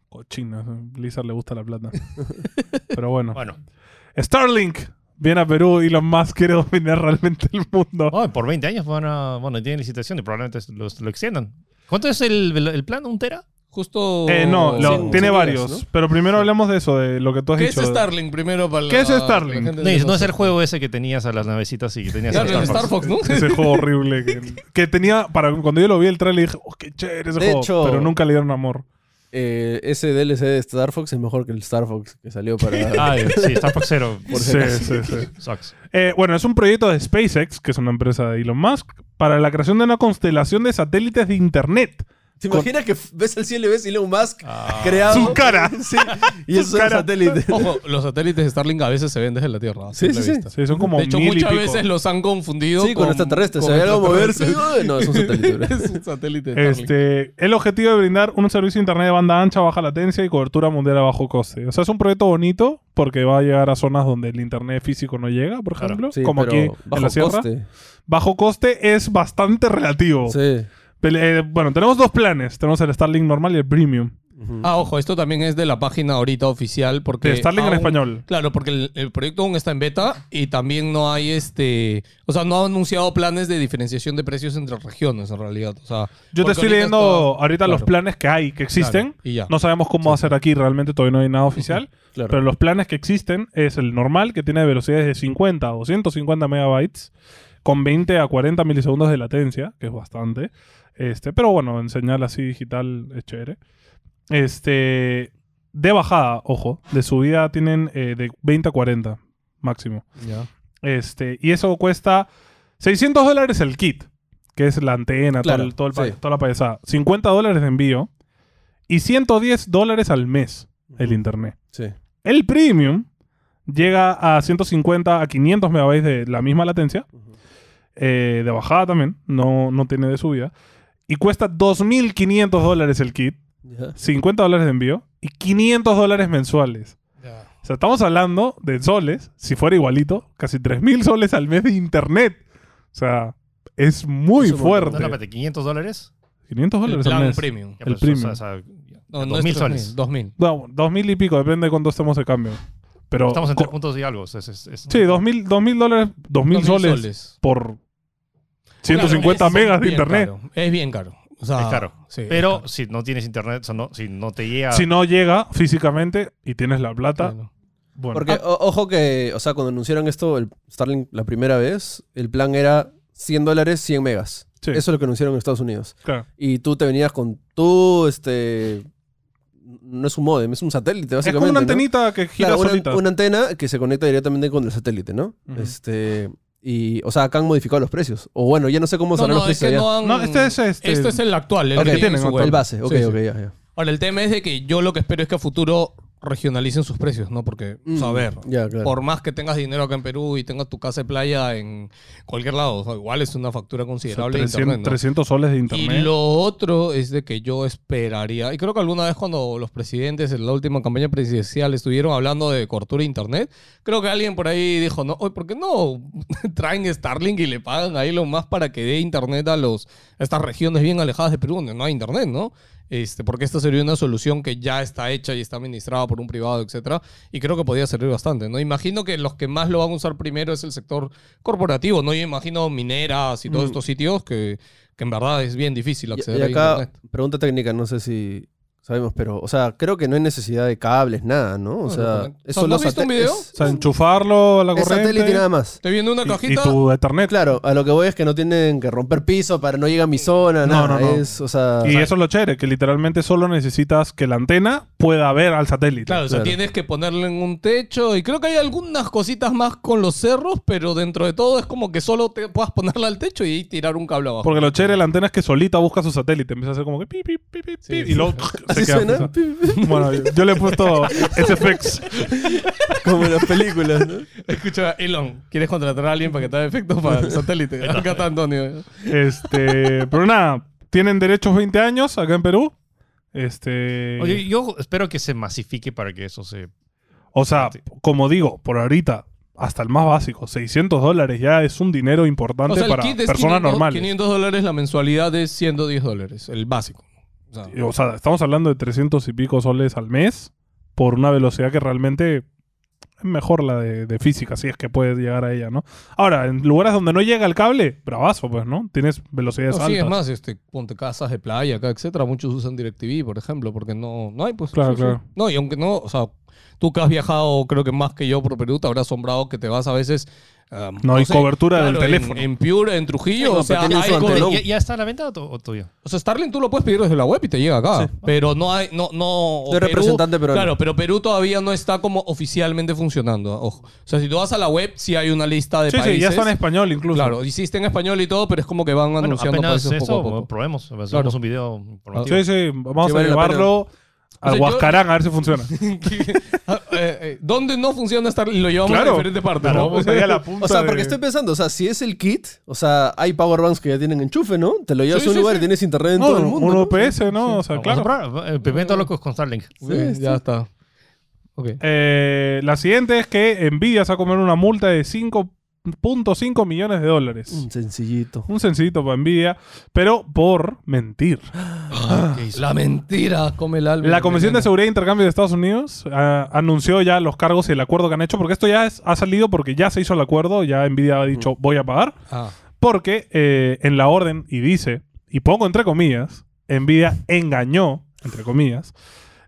S1: Cochinas. Blizzard le gusta la plata. pero bueno.
S4: Bueno,
S1: Starlink viene a Perú y los más quiere dominar realmente el mundo.
S4: oh, por 20 años van a... Bueno, tienen licitación y probablemente los- lo extiendan. ¿Cuánto es el, el plan? ¿Un tera?
S3: Justo.
S1: Eh, no, lo-
S2: Sí,
S1: tiene
S2: sí,
S1: varios.
S2: ¿no?
S1: Pero primero hablemos de eso, de lo que tú has
S3: ¿Qué es
S1: dicho. de-
S3: Starlink primero? Para la-
S1: ¿Qué es Starlink?
S3: para la gente
S4: No,
S3: que
S4: es- no es
S3: sabe?
S4: el juego ese que tenías a las navecitas y que tenías
S3: Claro,
S4: a
S3: en Star Fox, ¿no?
S1: Ese juego horrible que, que tenía. Para, cuando yo lo vi el trailer dije, oh, qué chévere ese
S2: De
S1: juego.
S2: hecho-
S1: pero nunca le dieron amor.
S2: Eh, ese DLC de Star Fox es mejor que el Star Fox que salió para.
S4: Ah, sí, Star Fox Zero.
S2: Por si
S1: Sí,
S2: acaso.
S1: sí, sí.
S4: Sucks.
S1: Eh, bueno, es un proyecto de SpaceX, que es una empresa de Elon Musk, para la creación de una constelación de satélites de Internet
S2: ¿Te imaginas que f- ves el cielo y ves Elon Musk
S1: Ah.
S2: creado?
S1: Su cara.
S2: Sí, y eso es un
S1: cara.
S2: satélite.
S3: Ojo, los satélites de Starlink a veces se ven desde la Tierra. a
S2: Sí, sí,
S3: simple
S2: sí.
S3: vista.
S1: Sí, son como
S3: de hecho,
S1: mil y
S3: muchas
S1: pico.
S3: veces los han confundido
S2: Sí, con extraterrestres. Se ve algo moverse. eh,
S3: extraterrestres.
S2: No, es un satélite. bro.
S3: es un satélite de Starlink.
S1: Este, el objetivo de brindar un servicio de internet de banda ancha, baja latencia y cobertura mundial a bajo coste. O sea, es un proyecto bonito porque va a llegar a zonas donde el internet físico no llega, por
S4: Claro.
S1: ejemplo,
S2: Sí,
S1: como
S2: pero
S1: aquí en la
S2: bajo
S1: sierra.
S2: coste.
S1: Bajo coste es bastante relativo.
S2: Sí.
S1: Pele- eh, bueno, tenemos dos planes. Tenemos el Starlink normal y el Premium.
S2: Ujú.
S3: Ah, ojo, esto también es de la página ahorita oficial porque...
S1: De Starlink en
S3: aún-
S1: español.
S3: Claro, porque el, el proyecto aún está en beta y también no hay este... O sea, no ha anunciado planes de diferenciación de precios entre regiones en realidad. O sea,
S1: Yo
S3: porque
S1: te estoy
S3: ahorita
S1: leyendo
S3: esto-
S1: ahorita los
S3: claro,
S1: planes que hay, que existen.
S3: claro, y ya.
S1: No sabemos cómo hacer aquí, realmente todavía no hay nada oficial.
S2: Claro.
S1: Pero los planes que existen es el normal, que tiene velocidades de 50 o 150 megabytes, con 20 a 40 milisegundos de latencia, que es bastante. Este, pero bueno, en señal así digital es chévere. Este, de bajada, ojo, de subida tienen eh, de 20 a 40 máximo.
S3: Ya.
S1: Este, y eso cuesta 600 dólares el kit, que es la antena, todo
S2: Claro,
S1: el- todo el pa-
S2: sí.
S1: toda la payasada. 50 dólares de envío y 110 dólares al mes el
S2: Ujú.
S1: internet.
S2: Sí.
S1: El premium llega a 150 a 500 megabytes de la misma latencia, eh, de bajada también, no, no tiene de subida, y cuesta 2.500 dólares el kit,
S2: Ya.
S1: 50 dólares de envío y 500 dólares mensuales.
S3: Ya.
S1: O sea, estamos hablando de soles, si fuera igualito, casi 3.000 soles al mes de internet. O sea, es muy
S2: Es un montón.
S1: fuerte.
S4: No, no, espérate, 500 dólares.
S1: 500
S3: El
S1: dólares al
S3: plan
S1: mes.
S3: premium.
S1: El
S4: pues, o sea,
S1: premium.
S4: o sea,
S3: No,
S4: 2.000
S3: es 3.000,
S4: soles.
S3: 2.000.
S1: No, 2.000 y pico, depende de cuánto estemos de cambio. Pero
S4: Estamos en
S1: co-
S4: tres puntos y algo. o sea, es- es- es-
S1: Sí, 2.000 2.000 dólares, 2.000 soles, por 150
S3: Claro, es
S1: megas de
S3: bien
S1: internet.
S3: caro, Es bien caro. O sea,
S4: Es caro.
S3: sí, es
S4: Pero
S3: caro.
S4: si no tienes internet, o sea, no, si no te llega.
S1: Si no llega físicamente y tienes la plata,
S3: Claro.
S1: bueno. Ah,
S2: Porque, o- ojo que, o sea, cuando anunciaron esto, el Starlink la primera vez, el plan era 100 dólares, 100 megas.
S1: Sí.
S2: Eso es lo que anunciaron en Estados Unidos.
S1: claro.
S2: Y tú te venías con tu, este... No es un modem, es un satélite,
S1: Es
S2: básicamente.
S1: como una
S2: ¿no?
S1: antenita que gira
S2: Claro, una,
S1: solita.
S2: una antena que se conecta directamente con el satélite, ¿no?
S1: Ujú.
S2: Este... Y, o sea, acá han modificado los precios. O bueno, ya no sé cómo
S3: No,
S2: serán los
S3: no, es
S2: precios
S3: que
S2: allá.
S3: no han-
S1: No, este es este-
S3: Esto es el actual. El
S2: Ok,
S3: que tiene
S1: tienen
S3: en su
S1: actual.
S3: web.
S2: El base, ok,
S3: Sí, sí.
S2: ok, ya, ya.
S3: Ahora, el tema es de que yo lo que espero es que a futuro regionalicen sus precios, ¿no? Porque, o sea, a ver,
S2: Mm, Ya, claro.
S3: por más que tengas dinero acá en Perú y tengas tu casa de playa en cualquier lado, o sea, igual es una factura
S1: O sea,
S3: considerable de
S1: 300,
S3: internet, ¿no?
S1: 300 soles de internet.
S3: Y lo otro es de que yo esperaría, y creo que alguna vez cuando los presidentes en la última campaña presidencial estuvieron hablando de cortura de internet, creo que alguien por ahí dijo, no, oye, ¿por qué no traen Starlink y le pagan ahí lo más para que dé internet a los a estas regiones bien alejadas de Perú donde no hay internet, ¿no? Este, porque esta sería una solución que ya está hecha y está administrada por un privado, etcétera, y creo que podría servir bastante, ¿no? Imagino que los que más lo van a usar primero es el sector corporativo, ¿no? Yo imagino mineras y todos
S1: Mm.
S3: estos sitios que, que en verdad es bien difícil
S2: Y,
S3: acceder
S2: y
S3: a
S2: acá,
S3: internet.
S2: pregunta técnica, no sé si sabemos, pero, o sea, creo que no hay necesidad de cables, nada, ¿no? O
S3: No,
S2: sea,
S3: no, no.
S2: es
S3: ¿No
S2: solo
S3: has visto un
S2: sate-
S3: video?
S2: es-
S1: O sea, enchufarlo a la
S2: es satélite
S1: corriente.
S2: y nada más.
S3: Te viene una
S1: y-
S3: cajita
S1: y tu Ethernet.
S2: Claro, a lo que voy es que no tienen que romper piso para no llegar a mi zona,
S1: No, no,
S2: nada.
S1: no.
S2: Es, o sea,
S1: Y eso es lo chévere, que literalmente solo necesitas que la antena pueda ver al satélite.
S3: Claro, o sea,
S2: Claro.
S3: tienes que ponerle en un techo y creo que hay algunas cositas más con los cerros, pero dentro de todo es como que solo te puedas ponerla al techo y tirar un cable abajo.
S1: Porque lo chévere de la antena es que solita busca su satélite. Empieza a hacer como que pi, pi, pi, pi,
S3: Sí,
S1: pi,
S3: sí.
S1: y luego
S2: así
S1: se queda
S2: suena
S1: fija. Bueno, yo, yo le he puesto SFX.
S2: como en las películas, ¿no?
S3: Escucha, Elon, ¿quieres contratar a alguien para que te haga efectos para el satélite? Acá está
S1: eh.
S3: Antonio.
S1: Este, pero nada, tienen derechos 20 años acá en Perú. Este,
S4: Oye, yo espero que se masifique para que eso se.
S1: o sea,
S4: sí.
S1: como digo, por ahorita hasta el más básico, 600 dólares ya es un dinero importante
S3: O sea, el
S1: para
S3: kit es
S1: personas
S3: 500,
S1: normales.
S3: 500 dólares, la mensualidad es 110 dólares, el básico. O sea,
S1: O sea, estamos hablando de 300 y pico soles al mes por una velocidad que realmente es mejor la de, de física, si es que puedes llegar a ella, ¿no? Ahora, en lugares donde no llega el cable, bravazo, pues, ¿no? Tienes velocidades
S3: no, sí,
S1: altas.
S3: es más, este, ponte casas de playa, acá, etcétera. Muchos usan DirecTV, por ejemplo, porque no, no hay, pues.
S1: Claro,
S3: sí, sí.
S1: claro.
S3: No, y aunque no, o sea, Tú que has viajado, creo que más que yo por Perú, te habrá asombrado que te vas a veces. ah,
S1: No hay cobertura del
S3: claro, en-
S1: teléfono.
S3: En, Piura, en Trujillo.
S2: No,
S3: o, sea,
S2: pero tienen
S3: hay
S2: su
S3: co-
S2: antelón.
S4: ¿Ya, ya está a la venta o, to- o todavía?
S3: o sea, Starlink tú lo puedes pedir desde la web y te llega acá. Pero no hay. No, no, o
S2: No hay representante peruano.
S3: Claro, pero Perú todavía no está como oficialmente funcionando. Ojo. O sea, si tú vas a la web, sí hay una lista de
S1: Sí,
S3: países.
S1: sí, ya está en español incluso.
S3: Claro, hiciste en español y todo, pero es como que van
S4: Bueno,
S3: anunciando
S4: apenas
S3: países
S4: eso,
S3: poco a poco.
S4: probemos. Hacemos
S3: Claro.
S4: un video informativo.
S1: Sí, sí, vamos
S2: Sí,
S1: a
S2: vale la
S1: llevarlo
S3: O sea,
S1: al
S3: yo-
S1: Huascarán a ver si funciona.
S3: Ah, eh, eh, ¿Dónde no funciona estar? Lo llevamos
S1: Claro.
S3: a diferente parte.
S1: Claro,
S3: ¿no?
S1: vamos allá a la punta.
S2: O sea,
S1: de-
S2: porque estoy pensando, o sea, si es el kit, o sea, hay power banks que ya tienen enchufe, ¿no? Te lo llevas
S3: Sí,
S2: a un
S3: sí,
S2: lugar
S3: sí.
S2: y tienes internet en
S1: No,
S2: todo el mundo.
S3: pues.
S1: un UPS,
S2: ¿no?
S1: ¿no? O sea,
S4: Vamos a
S1: claro.
S4: probar. Eh, Pimiento loco con Starlink.
S3: Muy bien, ya está. Ok.
S1: Eh, la siguiente es que Nvidia se va a comer una multa de 5.5 millones de dólares.
S2: Mm, Sencillito.
S1: Un sencillito para Nvidia, pero por mentir.
S3: La mentira come el alma.
S1: La Comisión de Seguridad e Intercambio de Estados Unidos ah, anunció ya los cargos y el acuerdo que han hecho, porque esto ya es- ha salido porque ya se hizo el acuerdo, ya Nvidia ha dicho voy a pagar,
S3: Ah,
S1: porque eh, en la orden, y dice, y pongo entre comillas, Nvidia engañó, entre comillas,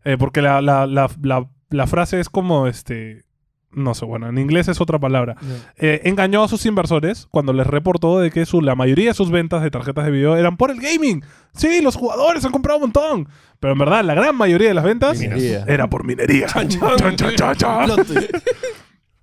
S1: eh, porque la, la- la- la- la frase es como este... No sé, bueno, en inglés es otra palabra.
S3: ya.
S1: eh, engañó a sus inversores cuando les reportó de que su, la mayoría de sus ventas de tarjetas de video eran por el gaming. Sí, los jugadores han comprado un montón. Pero en verdad, la gran mayoría de las ventas
S2: Minería.
S1: era por minería. Chan, chan, chan, chan.
S2: Plot twist.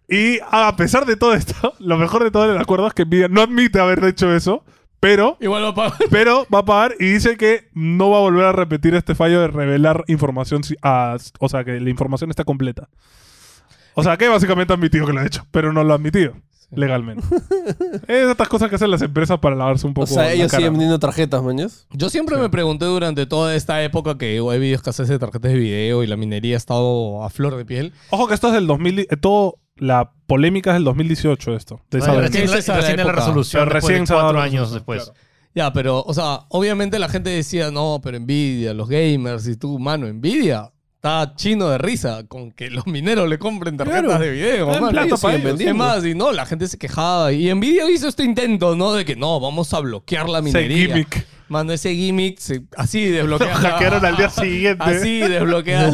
S1: Y a pesar de todo esto, lo mejor de todo del acuerdo es que Nvidia no admite haber hecho eso, pero,
S3: Igual lo pago.
S1: pero va a pagar y dice que no va a volver a repetir este fallo de revelar información, si- a- o sea, que la información está completa. O sea, que básicamente ha admitido que lo ha hecho, pero no lo ha admitido legalmente. es estas cosas que hacen las empresas para lavarse un poco
S2: O sea,
S1: la
S2: ellos
S1: cara.
S2: siguen vendiendo tarjetas, mañas.
S3: Yo siempre me pregunté durante toda esta época que he habido escasez de tarjetas de video y la minería ha estado a flor de piel.
S1: Ojo que esto es del 2000, eh, todo la polémica es del 2018 esto. de esa
S4: Recién-
S1: venta.
S3: Esa es la
S4: Recién la
S3: época.
S4: resolución.
S1: Pero
S4: Recién
S1: recién se ha dado
S4: cuatro
S1: la
S4: años
S1: resolución,
S4: después.
S3: Ya, pero, o sea, obviamente la gente decía, no, pero envidia, los gamers y tú, mano, envidia. Está chino de risa con que los mineros le compren tarjetas
S2: Claro.
S3: de video.
S1: Está en
S3: mano.
S1: plata
S3: Ellos
S1: para
S3: siguen
S1: ellos.
S3: vendiendo. Es más, y no, la gente se quejaba. Y Nvidia hizo este intento, ¿no? De que no, vamos a bloquear la
S1: Ese
S3: minería.
S1: gimmick.
S3: Mano, ese gimmick, se- así desbloquean.
S1: Lo hackearon al día siguiente.
S3: Así desbloquean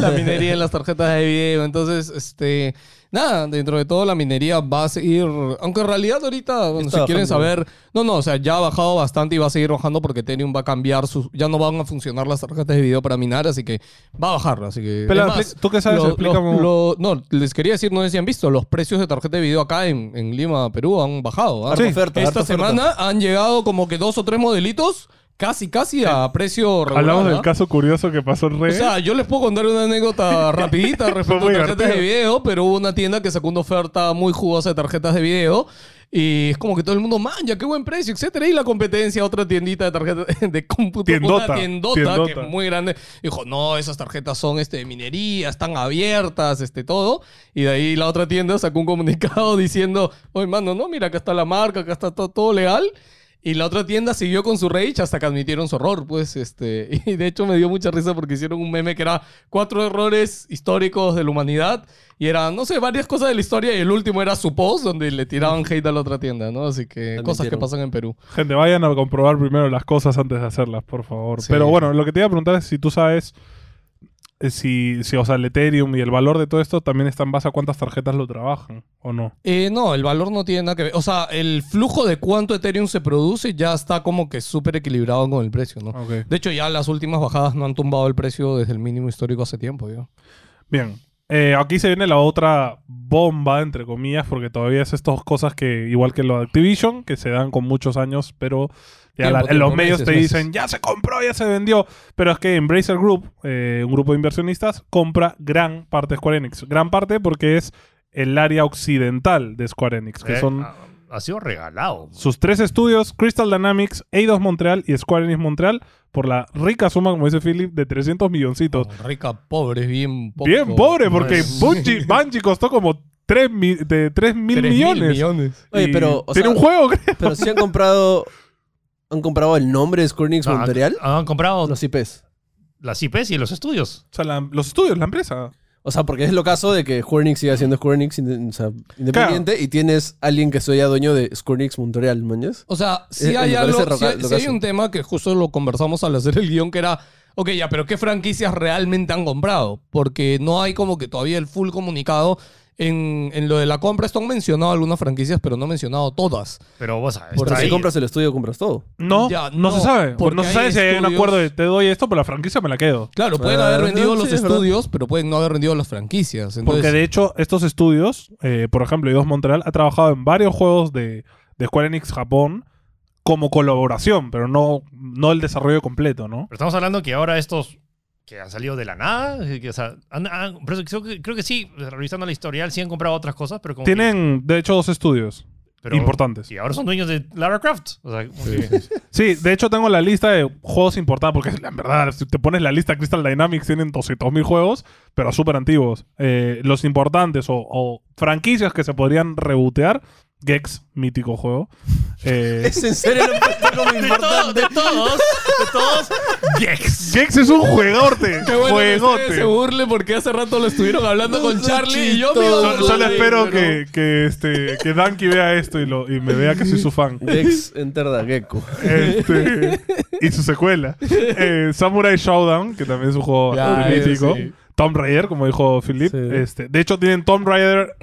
S3: la minería en las tarjetas de video. Entonces, este. Nada, dentro de todo la minería va a seguir. Aunque en realidad ahorita, bueno, si
S2: Está
S3: quieren
S2: bajando.
S3: saber. No, no, o sea, ya ha bajado bastante y va a seguir bajando porque Ethereum va a cambiar sus. Ya no van a funcionar las tarjetas de video para minar, así que va a bajar. Así que.
S1: Pero,
S3: es más,
S1: expli- ¿tú qué sabes?
S3: lo-
S1: Explícame.
S3: lo- no, les quería decir, no sé si han visto, los precios de tarjeta de video acá en, en Lima, Perú, han bajado. ¿ah?
S1: Sí.
S2: oferta, harta
S3: Esta
S2: oferta.
S3: semana han llegado como que dos o tres modelitos, casi, casi a precio regular.
S1: Hablamos del
S3: ¿ah?
S1: caso curioso que pasó en
S3: O
S1: redes.
S3: sea, yo les puedo contar una anécdota rapidita respecto
S1: Fue
S3: a
S1: muy
S3: tarjetas de
S1: divertido.
S3: video, pero hubo una tienda que sacó una oferta muy jugosa de tarjetas de video y es como que todo el mundo, man, ya qué buen precio, etcétera. Y la competencia, otra tiendita de tarjetas de cómputo,
S1: Tiendota,
S3: una tiendota, que
S1: tiendota.
S3: es muy grande, dijo, no, esas tarjetas son este, de minería, están abiertas, este, todo. Y de ahí la otra tienda sacó un comunicado diciendo, oye, mano, no, mira, acá está la marca, acá está to- todo legal. Y la otra tienda siguió con su rage hasta que admitieron su error, pues, este... Y de hecho me dio mucha risa porque hicieron un meme que era cuatro errores históricos de la humanidad. Y eran, no sé, varias cosas de la historia y el último era su post donde le tiraban hate a la otra tienda, ¿no? Así que
S2: La
S3: cosas que
S2: mintieron.
S3: pasan en Perú.
S1: Gente, vayan a comprobar primero las cosas antes de hacerlas, por favor.
S3: Sí.
S1: Pero bueno, lo que te iba a preguntar es si tú sabes eh, si, si, o sea, el Ethereum y el valor de todo esto también está en base a cuántas tarjetas lo trabajan o no.
S3: Eh, no, el valor no tiene nada que ver. O sea, el flujo de cuánto Ethereum se produce ya está como que súper equilibrado con el precio, ¿no?
S1: Ok.
S3: De hecho, ya las últimas bajadas no han tumbado el precio desde el mínimo histórico hace tiempo, ¿ya?
S1: Bien. Eh, aquí se viene la otra bomba, entre comillas, porque todavía es estas cosas que, igual que lo de Activision, que se dan con muchos años, pero ya
S3: Tiempo,
S1: la- en
S3: tiempo,
S1: los medios
S3: meses,
S1: te
S3: meses.
S1: dicen, ya se compró, ya se vendió. Pero es que Embracer Group, eh, un grupo de inversionistas, compra gran parte de Square Enix. Gran parte porque es el área occidental de Square Enix, que
S4: Eh,
S1: son
S4: ha, ha sido regalado.
S1: sus tres estudios, Crystal Dynamics, Eidos Montreal y Square Enix Montreal, por la rica suma, como dice Philip, de 300 milloncitos.
S3: Rica, pobre, bien poco.
S1: Bien pobre, porque
S3: Tres
S1: Bungie, Bungie costó como 3, de 3 mil
S3: mil
S1: millones.
S3: millones.
S1: Y
S2: Oye, pero, o
S1: tiene
S2: sea,
S1: un juego, creo.
S2: Pero si han comprado. ¿Han comprado el nombre de Square Enix
S4: No, han-
S2: Montreal?
S4: Ah, Han, comprado
S2: Los IPs.
S4: las IPs y los estudios.
S1: O sea, la- los estudios, la empresa.
S2: O sea, porque es lo caso de que Square Enix siga siendo Square Enix inde- o sea, independiente y tienes alguien que sea ya dueño de Square Enix Montreal, ¿mañas?
S3: O sea, si
S2: Eh,
S3: hay
S2: me
S3: algo,
S2: parece
S3: si hay-
S2: roca-
S3: si hay
S2: locazo.
S3: un tema que justo lo conversamos al hacer el guión, que era, Ok, ya, pero ¿qué franquicias realmente han comprado? Porque no hay como que todavía el full comunicado. En, en lo de la compra, esto han mencionado algunas franquicias, pero no han mencionado todas.
S4: Pero vos sabes,
S3: Porque
S4: está
S2: Porque si
S4: ahí.
S2: compras el estudio, compras todo.
S1: No,
S3: Ya,
S1: no, se
S3: no,
S1: sabe. O
S3: porque
S1: No se
S3: hay
S1: sabe si hay un
S3: estudios-
S1: acuerdo de te doy esto, pero la franquicia me la quedo.
S3: Claro, pueden
S2: Ah,
S3: haber vendido
S2: sí,
S3: los
S2: es verdad.
S3: estudios, pero pueden no haber vendido las franquicias. Entonces,
S1: Porque de hecho, estos estudios, eh, por ejemplo, Eidos Montreal ha trabajado en varios juegos de, de Square Enix Japón como colaboración, pero no, no el desarrollo completo, ¿no?
S4: Pero estamos hablando que ahora estos que han salido de la nada, eh, que, o sea, han- han- pero creo, que, creo que sí, revisando la historial, sí han comprado otras cosas, pero como que-
S1: Tienen, de hecho, dos estudios
S4: pero-
S1: importantes.
S4: Y ahora son dueños de Lara Croft. O sea, como que-
S1: Sí, de hecho tengo la lista de juegos importados, porque en verdad, si te pones la lista Crystal Dynamics, tienen 200.000 juegos, pero súper antiguos. Eh, los importantes o, o franquicias que se podrían rebotear, Gex, mítico juego. Eh,
S2: Es en serio, lo he puesto como
S4: de, todo-
S2: importante.
S4: de todos, de todos, Gex.
S1: Gex es un juegote,
S3: Qué bueno que ustedes
S1: juegote.
S3: se burle porque hace rato lo estuvieron hablando con Charlie y yo me iba a
S1: Solo, solo
S3: burlar,
S1: espero
S3: pero-
S1: que, que, este, que Danky vea esto y, lo, y me vea que soy su fan.
S2: Dex Enter the Gecko.
S1: Este, y su secuela. Eh, Samurai Showdown, que también es un juego
S3: Ya,
S1: mítico.
S3: ese sí.
S1: Tomb Raider, como dijo Philip.
S2: Sí.
S1: Este, de hecho, tienen Tomb Raider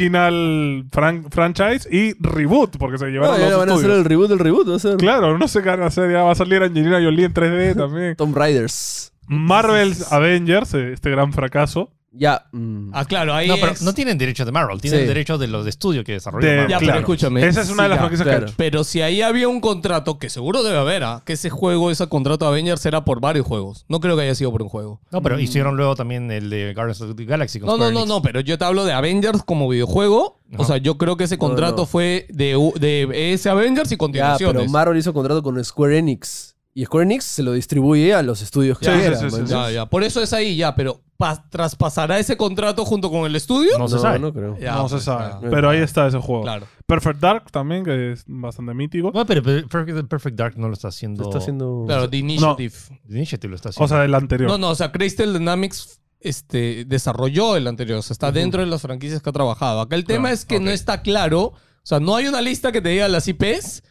S1: Original fran- Franchise y Reboot, porque se
S2: No,
S1: llevaron
S2: ya
S1: los
S2: van a hacer
S1: estudios.
S2: el reboot del reboot. Va a ser
S1: Claro, no sé qué van a hacer. Ya va a salir Angelina Jolie en 3D también.
S2: Tomb Raiders.
S1: Marvel's Avengers, eh, este gran fracaso.
S2: Ya. mm.
S3: Ah, claro, ahí
S4: No, pero
S3: es-
S4: no tienen derechos de Marvel, tienen
S2: Sí.
S4: derechos de los de estudio que
S1: De-
S4: desarrollan
S3: Ya,
S4: Marvel.
S3: pero escúchame.
S1: Esa es una de las
S3: Sí, ya,
S1: franquicias que ha
S2: claro.
S1: hecho.
S3: Pero si ahí había un contrato, que seguro debe haber, ¿ah? que ese juego, ese contrato de Avengers era por varios juegos. No creo que haya sido por un juego.
S4: No, pero hicieron luego también el de Guardians of the Galaxy. con
S3: No, no,
S4: Square
S3: no,
S4: Enix.
S3: no, pero yo te hablo de Avengers como videojuego. O sea, yo creo que ese contrato
S2: no.
S3: fue de, u- de ese Avengers y
S2: Ya, pero
S3: continuaciones.
S2: Marvel hizo contrato con Square Enix. Y Square Enix se lo distribuye a los estudios que
S1: Sí, sí,
S2: quiera,
S1: sí, sí,
S2: man.
S1: sí.
S3: ya, ya, por eso es ahí, ya, pero pa- ¿traspasará ese contrato junto con el estudio?
S4: No se
S2: No,
S4: sabe.
S2: no creo.
S3: Ya,
S1: no se
S3: pues,
S1: sabe.
S3: ya.
S1: Pero ahí está ese juego.
S3: Claro.
S1: Perfect Dark también, que es bastante mítico.
S4: Bueno, pero Perfect- Perfect, Dark no lo está haciendo.
S2: Lo está haciendo...
S3: Claro, The Initiative.
S4: Initiative lo está haciendo.
S1: O sea, el anterior.
S3: No, no, o sea, Crystal Dynamics este, desarrolló el anterior, o sea, está dentro de las franquicias que ha trabajado. Acá el tema
S4: Claro,
S3: es que
S4: ok.
S3: no está claro, o sea, no hay una lista que te diga las IPs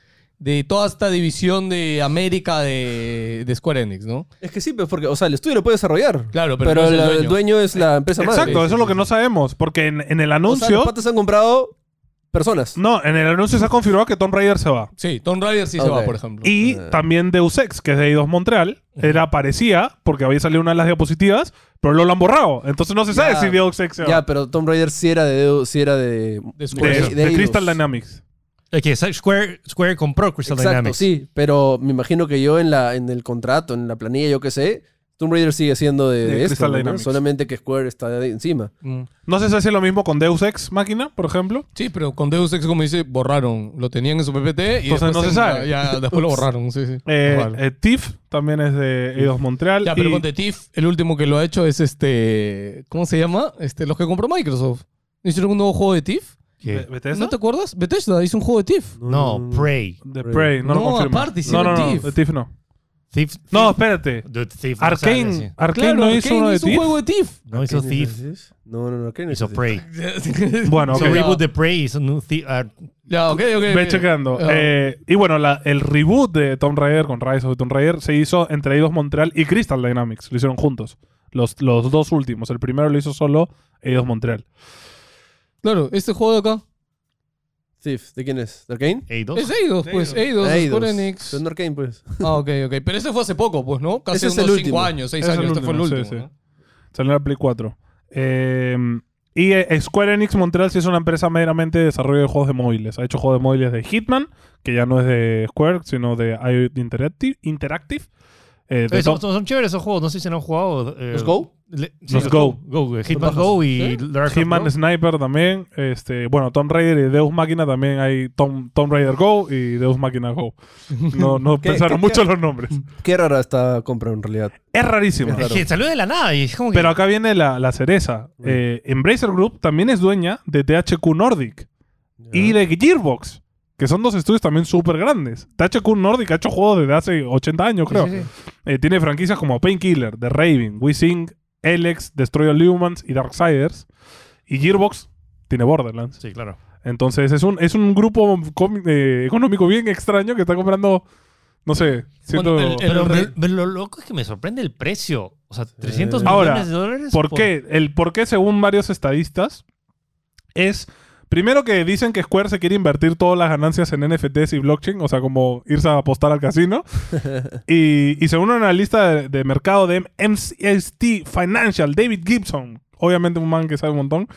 S3: de toda esta división de América de, de Square Enix, ¿no?
S2: Es que sí, pues porque, o sea, el estudio lo puede desarrollar.
S3: Claro, pero no es el
S2: la- el,
S3: dueño.
S2: dueño. es la empresa
S1: Exacto,
S2: madre.
S1: eso
S3: Sí,
S1: es
S3: sí,
S1: lo que
S3: sí.
S1: no sabemos, porque en, en el
S2: O sea, los
S1: anuncio... Mm,
S2: patas han comprado personas.
S1: no, en el anuncio se ha confirmado que Tomb Raider se va.
S3: Sí, Tomb Raider sí se
S2: Ok.
S3: va, por ejemplo.
S1: Y
S2: Ah.
S1: también Deus Ex, que es de Eidos Montreal, era aparecía porque había salido una de las diapositivas, pero luego lo han borrado. Entonces no se sabe
S2: Ya.
S1: si Deus Ex se va.
S2: Ya, pero Tomb Raider sí era de... Sí era de...
S3: De Square
S1: de,
S3: Enix.
S2: de
S1: de
S2: Eidos.
S1: Crystal Dynamics.
S4: Es que Square, Square compró Crystal
S2: Exacto,
S4: Dynamics.
S2: sí. Pero me imagino que yo en, la, en el contrato, en la planilla, yo qué sé, Tomb Raider sigue siendo de,
S1: De
S2: de esto,
S1: Crystal
S2: ¿no?
S1: Dynamics.
S2: Solamente que Square está de encima.
S3: Mm.
S1: No se sabe si es lo mismo con Deus Ex Máquina, por ejemplo.
S3: Sí, pero con Deus Ex, como dice, borraron. Lo tenían en su PPT
S1: Entonces
S3: y después
S1: no se
S3: en-
S1: sabe.
S3: Ya, después lo borraron, sí, sí.
S1: Eh,
S3: Vale.
S1: eh, Thief también es de Eidos Montreal.
S3: ya, pero
S1: y-
S3: con The Thief, el último que lo ha hecho es este... ¿Cómo se llama? Este, los que compró Microsoft. ¿Hicieron un nuevo juego de Thief?
S1: ¿Be-
S4: Que-
S1: ¿Bethesda?
S3: ¿No te acuerdas? Bethesda hizo un juego de Thief.
S2: Mm.
S4: No, Prey.
S1: The Prey, no, lo
S3: No,
S1: confirmo.
S3: aparte,
S1: no,
S3: hicieron
S1: no, no,
S3: Thief.
S1: The Thief no.
S4: Thief.
S1: No, espérate.
S4: The Thief no
S1: Arkane,
S4: sale, sí.
S1: Arkane
S3: Claro,
S1: no
S3: Arkane
S1: hizo uno de
S3: un
S1: Thief.
S3: juego de Thief.
S4: No hizo Thief.
S2: No, no, no. ¿qué
S4: Hizo
S2: necesitas?
S4: Prey.
S1: Bueno,
S4: Hizo
S1: ok.
S4: Reboot de Prey. Hizo New Thief. ah,
S3: Ya, ok, ok.
S1: Ve
S3: ok.
S1: checando.
S3: Ya.
S1: Eh, y bueno, la- el reboot de Tomb Raider con Rise of Tomb Raider se hizo entre Eidos Montreal y Crystal Dynamics. Lo hicieron juntos. Los, los dos últimos. El primero lo hizo solo Eidos Montreal.
S3: Claro, este juego de acá.
S2: Thief, ¿de quién es? ¿De Arkane?
S4: Eidos.
S3: Es Eidos, pues. Eidos, Square Enix.
S2: Son de Arkane, pues.
S3: Ah, ok, ok. Pero ese fue hace poco, pues, ¿no? Casi
S2: Ese es
S3: unos
S2: el
S3: 5
S2: último.
S3: años, 6
S1: Ese es
S3: años.
S1: el
S3: Este fue el
S1: último, sí, sí.
S3: último. ¿no?
S1: Salió en la Play 4. Eh, y eh, Square Enix Montreal sí es una empresa meramente de desarrollo de juegos de móviles. Ha hecho juegos de móviles de Hitman, que ya no es de Square, sino de IO Interactive. Interactive. Eh, de
S4: Eh,
S1: Tom-
S4: son, son- son chéveres esos juegos. No sé si no han jugado. eh,
S2: ¿Los Go?
S4: le- sí,
S1: Los Go.
S4: Go. eh, Hitman Go y Lara Croft
S1: Hitman
S4: Go.
S1: Sniper también. Este, bueno, Tomb Raider y Deus Máquina también hay Tom, Tomb Raider Go y Deus Máquina Go. No, no
S2: ¿Qué-
S1: pensaron
S2: qué-
S1: mucho
S2: qué-
S1: los nombres.
S2: Qué rara esta compra en realidad.
S1: Es rarísimo.
S2: Es raro.
S4: Es que salió de la nada y es como que.
S1: Pero acá viene la, la cereza.
S2: Mm.
S1: Eh, Embracer Group también es dueña de THQ Nordic y de Gearbox, que son dos estudios también súper grandes. THQ Nordic ha hecho juegos desde hace 80 años, creo.
S4: Sí, sí, sí.
S1: Eh, tiene franquicias como Painkiller, The Raven, We Sing, Alex, Destroy All Humans y Darksiders. Y Gearbox tiene Borderlands.
S4: Sí, claro.
S1: Entonces es un, es un grupo comi- eh, económico bien extraño que está comprando No sé, siento...
S3: Bueno, el- el-
S4: Pero,
S3: re-
S4: me- me lo loco es que me sorprende el precio. O sea,
S2: Eh,
S4: 300
S1: Ahora,
S4: millones de dólares.
S1: ¿Por qué? El por qué, según varios estadistas, es. Primero que dicen que Square se quiere invertir todas las ganancias en NFTs y blockchain, o sea, como irse a apostar al casino. y, y según un analista de, de mercado de MCST Financial, David Gibson, obviamente un man que sabe un montón,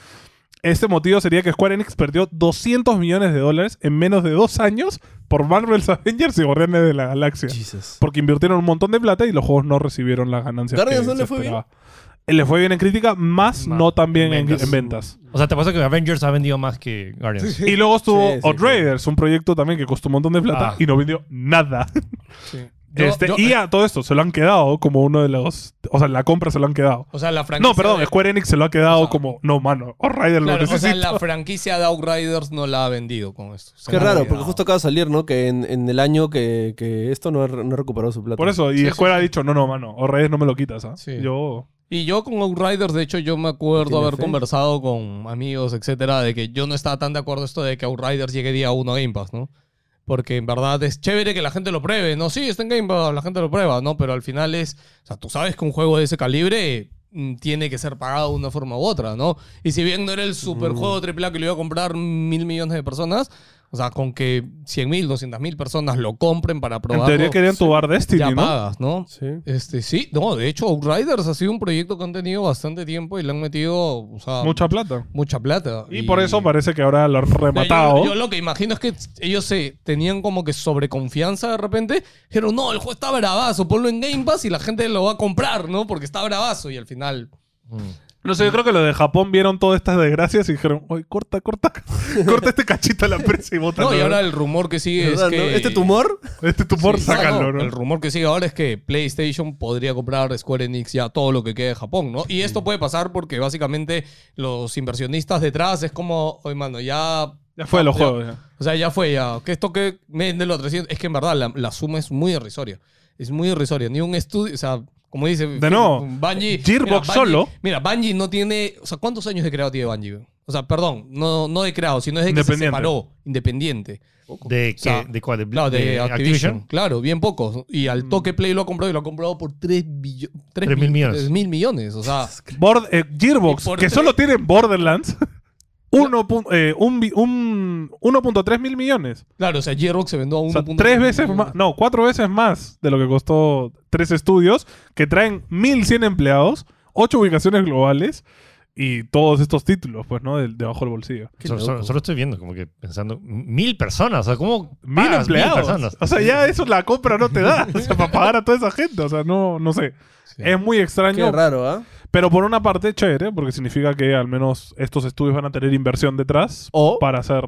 S1: este motivo sería que Square Enix perdió 200 millones de dólares en menos de dos años por Marvel's Avengers y Guardianes de la Galaxia.
S2: Jesus.
S1: Porque invirtieron un montón de plata y los juegos no recibieron las ganancias.
S2: Guardians
S1: que
S2: no le
S1: se
S2: fue
S1: esperaba. Eh, Le fue bien en crítica, más
S4: Ma-
S1: no tan bien
S4: en
S1: en en
S4: ventas.
S1: ventas.
S4: O sea, te pasa que Avengers ha vendido más que Guardians.
S1: Y luego estuvo
S2: Sí, sí,
S1: Outriders, un proyecto también que costó un montón de plata
S4: Ah.
S1: y no vendió nada.
S3: Sí.
S1: Este,
S3: Yo- yo-
S1: y a todo esto se lo han quedado como uno de los. O sea, la compra se lo han quedado.
S3: o sea, la franquicia.
S1: No, perdón,
S3: de-
S1: Square Enix se lo ha quedado
S3: O sea-
S1: como. No, mano, Outriders lo
S3: Claro, o
S1: necesito.
S3: sea, la franquicia de Outriders no la ha vendido con esto. Se
S2: Qué
S3: la ha
S2: raro,
S3: olvidado.
S2: porque justo acaba de salir, ¿no? Que en, en el año que, que esto no ha, no ha recuperado su plata.
S1: Por eso, y
S3: Sí, sí,
S1: Square
S3: sí.
S1: ha dicho: no, no, mano, Outriders no me lo quitas. ¿ah?
S3: Sí.
S1: Yo.
S3: Y yo con Outriders, de hecho, yo me acuerdo
S2: ¿Tiene
S3: haber
S2: fe?
S3: conversado con amigos, etcétera, de que yo no estaba tan de acuerdo esto de que Outriders llegue día uno a Game Pass, ¿no? Porque en verdad es chévere que la gente lo pruebe, ¿no? Sí, está en Game Pass, la gente lo prueba, ¿no? Pero al final es, o sea, tú sabes que un juego de ese calibre mm, tiene que ser pagado de una forma u otra, ¿no? Y si bien no era el
S1: Mm.
S3: superjuego AAA que lo iba a comprar mil millones de personas, o sea, con que 100 mil, 200 mil personas lo compren para
S1: En
S3: probarlo,
S1: teoría querían tubar
S3: ya
S1: Destiny, ¿no?
S3: pagas, ¿no?
S2: Sí.
S3: Este, sí, no, de hecho, Outriders ha sido un proyecto que han tenido bastante tiempo y le han metido, o sea,
S1: Mucha plata.
S3: mucha plata.
S1: Y por eso parece que ahora lo han
S3: No, yo-
S1: rematado.
S3: Yo, lo que imagino es que ellos se tenían como que sobreconfianza de repente. Dijeron, no, el juego está bravazo, ponlo en Game Pass y la gente lo va a comprar, ¿no? Porque está bravazo y al final.
S1: No sé, yo creo que los de Japón vieron todas estas desgracias y dijeron, oye, corta, corta, corta este cachito a la presa y bótalo. ¿eh?
S3: No, y ahora el rumor que sigue es
S2: ¿Verdad, no?
S3: que.
S2: Este tumor.
S1: Este tumor,
S3: Sí,
S1: sácalo,
S3: no,
S1: ¿no?
S3: El rumor que sigue ahora es que PlayStation podría comprar Square Enix ya todo lo que quede de Japón, ¿no? Y esto puede pasar porque básicamente los inversionistas detrás es como, oye, mano, ya.
S1: Ya fue de los
S3: ya-
S1: juegos. ya.
S3: O sea, ya fue, ya. Que esto que vende los 300. Es que en verdad la, la suma es muy irrisoria. Es muy irrisoria. Ni un estudio, o sea, como dice.
S1: De nuevo,
S3: Bungie.
S1: Gearbox
S3: mira, Bungie-
S1: solo.
S3: Mira, Bungie no tiene. O sea, ¿cuántos años de creado tiene Bungie? O sea, perdón, no, no de creado, sino desde que se
S1: Independiente.
S3: separó, independiente.
S4: ¿De,
S3: O sea,
S4: qué? ¿De cuál? ¿De,
S3: Claro, de,
S4: de
S3: Activision. Claro, bien pocos. Y
S1: Mm.
S3: al toque Play lo ha comprado y lo ha comprado por 3, billo- 3
S4: 3.000 millones.
S3: mil millones. O sea,
S1: Bord- eh, Gearbox,
S3: Y por
S1: que
S3: tres-
S1: solo tienen Borderlands, eh, 1.3 mil millones.
S3: claro, o sea, Gearbox se vendió a
S1: O
S3: 1.3
S1: sea, tres veces más, no, cuatro veces más de lo que costó tres estudios, que traen 1.100 empleados, ocho ubicaciones globales y todos estos títulos, pues, ¿no? Del- Debajo del bolsillo.
S2: Qué
S4: Solo, solo-
S2: loco.
S4: solo estoy viendo, como que pensando, mil personas, o sea, ¿cómo
S1: Mil
S4: pagas
S1: empleados.
S4: mil personas?
S1: O sea, ya eso la compra no te da. O sea, para pagar a toda esa gente. O sea, no, no sé. Es muy
S2: Qué
S1: extraño.
S2: raro, ¿ah?
S1: Pero por una parte, chévere, porque significa que al menos estos estudios van a tener inversión detrás
S2: O-
S1: para hacer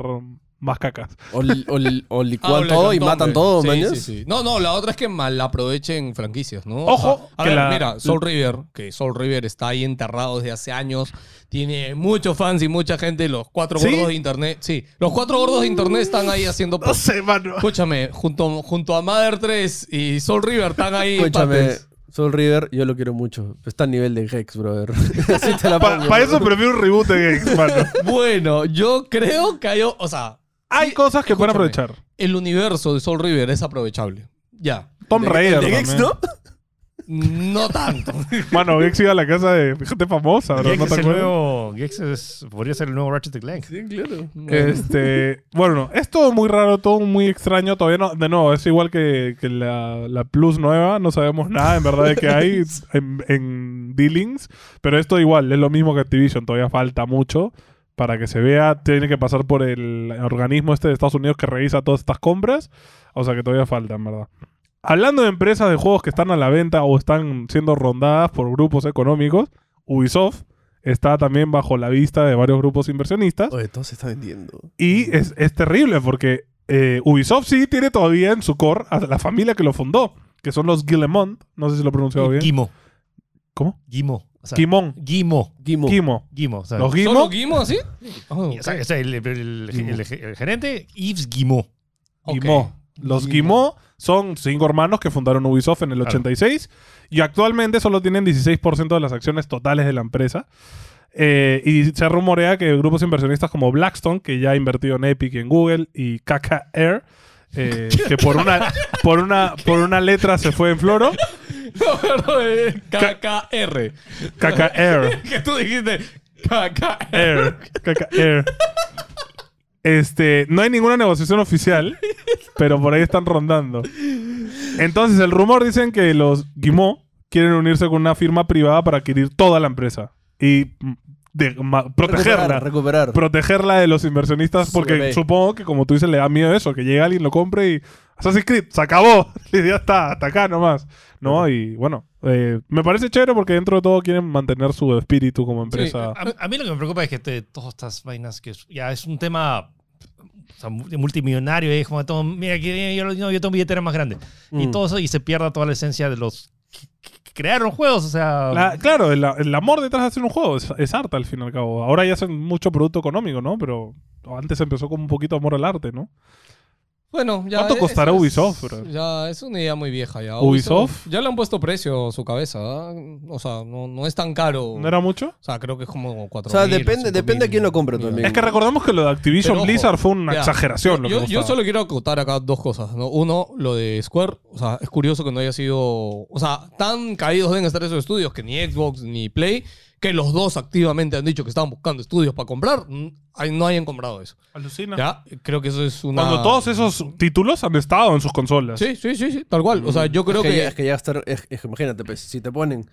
S1: más cacas.
S2: O, li- o li- o
S3: Ah,
S2: licuan
S3: le
S2: todo y
S3: cantó,
S2: matan
S3: hombre.
S2: todo,
S3: Sí,
S2: mañas.
S3: sí, sí. No, no, la otra es que mal aprovechen franquicias, ¿no?
S1: Ojo,
S3: O sea, a
S1: que
S3: ver,
S1: la-
S3: mira, Soul River, que Soul River está ahí enterrado desde hace años, tiene muchos fans y mucha gente, los cuatro
S1: ¿Sí?
S3: gordos de internet, sí, los cuatro gordos de internet están ahí haciendo...
S1: No sé, mano.
S3: Escúchame, junto, junto a Mother 3 y Soul River están ahí...
S2: Escúchame,
S3: pates.
S2: Soul River, yo lo quiero mucho. Está a nivel de Hex, brother. Así te la
S1: Para
S2: pongo.
S1: eso prefiero un reboot de Games, mano.
S3: Bueno, yo creo que hay... o- O sea,
S1: Hay cosas que pueden
S3: Escúchame.
S1: aprovechar.
S3: el universo de Soul River es aprovechable. Ya.
S1: Tom
S2: De-
S1: Raider.
S2: de Hex,
S1: también.
S2: ¿no?
S3: No tanto.
S1: Mano, Gex iba a la casa de gente famosa, bro.
S4: Gex
S1: ¿No
S4: es
S1: te
S4: el
S1: acuerdas?
S4: nuevo, Gex es- podría ser el nuevo Ratchet Clank.
S2: Sí, claro.
S1: Este, bueno, es todo muy raro, todo muy extraño. Todavía no, de nuevo, es igual que, que la, la Plus nueva, no sabemos nada en verdad de qué hay en, en dealings, pero esto igual, es lo mismo que Activision, todavía falta mucho para que se vea. Tiene que pasar por el organismo este de Estados Unidos que revisa todas estas compras, o sea que todavía falta en verdad. Hablando de empresas de juegos que están a la venta o están siendo rondadas por grupos económicos, Ubisoft está también bajo la vista de varios grupos inversionistas.
S2: Oye, todo se está vendiendo.
S1: Y es, es terrible porque eh, Ubisoft sí tiene todavía en su core a la familia que lo fundó, que son los Guillemont. No sé si lo he pronunciado bien.
S4: Gimo.
S1: ¿Cómo?
S4: Gimo. O sea,
S1: Guimont.
S4: Gimo.
S2: Gimo.
S1: Guimo.
S4: Gimo. O sea,
S1: Los Guimo.
S3: ¿Solo Guimo así? Oh,
S4: o sea,
S3: ok.
S4: o sea, el, el- el- el- el gerente, Yves Gimo.
S3: Ok.
S1: Guimó. Los Guimó son cinco hermanos que fundaron Ubisoft en el
S4: Claro.
S1: 86 y actualmente solo tienen 16% de las acciones totales de la empresa. Eh, y se rumorea que grupos inversionistas como Blackstone, que ya ha invertido en Epic y en Google, y KKR, eh, que por una, por, una, por una letra se fue en floro.
S3: eh, KKR.
S1: Caca Air.
S3: Que tú dijiste KKR.
S1: Air. Caca Air. Este, no hay ninguna negociación oficial, pero por ahí están rondando. Entonces, el rumor dicen que los Guimó quieren unirse con una firma privada para adquirir toda la empresa y mm, de- ma- protegerla.
S2: Recuperar, recuperar.
S1: protegerla de los inversionistas porque
S2: Su bebé.
S1: supongo que como tú dices le da miedo eso, que llega alguien, lo compre y Assassin's Creed, se acabó, y ya está, hasta acá nomás. No, y bueno, eh, me parece chévere porque dentro de todo quieren mantener su espíritu como empresa.
S3: Ah.
S4: A, a mí lo que me preocupa es que te- todas estas vainas que es- ya es un tema o sea, mu- multimillonario y es como todo, mira que eh, yo, no, yo tengo billetera más grande y
S2: Mm.
S4: todo eso y se pierda toda la esencia de los que- que crearon juegos, o sea,
S1: La- claro, el, el amor detrás de hacer un juego es, es arte al fin y al cabo. Ahora ya hacen mucho producto económico, ¿no? Pero antes empezó con un poquito amor al arte, ¿no?
S3: Bueno, ya.
S1: ¿Cuánto
S3: es-
S1: costará
S3: es-
S1: Ubisoft, bro?
S3: Ya, es una idea muy vieja ya.
S1: ¿Ubisoft?
S3: Ya le han puesto precio a su cabeza. ¿ah? O sea, no, no es tan caro.
S1: ¿No era mucho?
S3: O sea, creo que es como
S2: O
S3: 4
S2: sea, depende- depende a quién lo compra también.
S1: Es que recordamos que lo de Activision
S3: Pero ojo,
S1: Blizzard fue una
S3: ya.
S1: exageración. Lo que
S3: Yo, yo
S1: costaba.
S3: solo quiero acotar acá dos cosas, ¿no? Uno, lo de Square. O sea, es curioso que no haya sido... O sea, tan caídos deben estar esos estudios que ni Xbox ni Play, que los dos activamente han dicho que estaban buscando estudios para comprar, mm, ay, no hayan comprado eso.
S1: Alucina.
S3: Ya, Ah. creo que eso es una...
S1: Cuando todos esos títulos han estado en sus consolas.
S3: Sí, sí, sí, sí, tal cual. O sea, yo
S2: es
S3: creo
S2: que,
S3: que...
S2: ya- es que ya estar. Es, es que imagínate, pues, si te ponen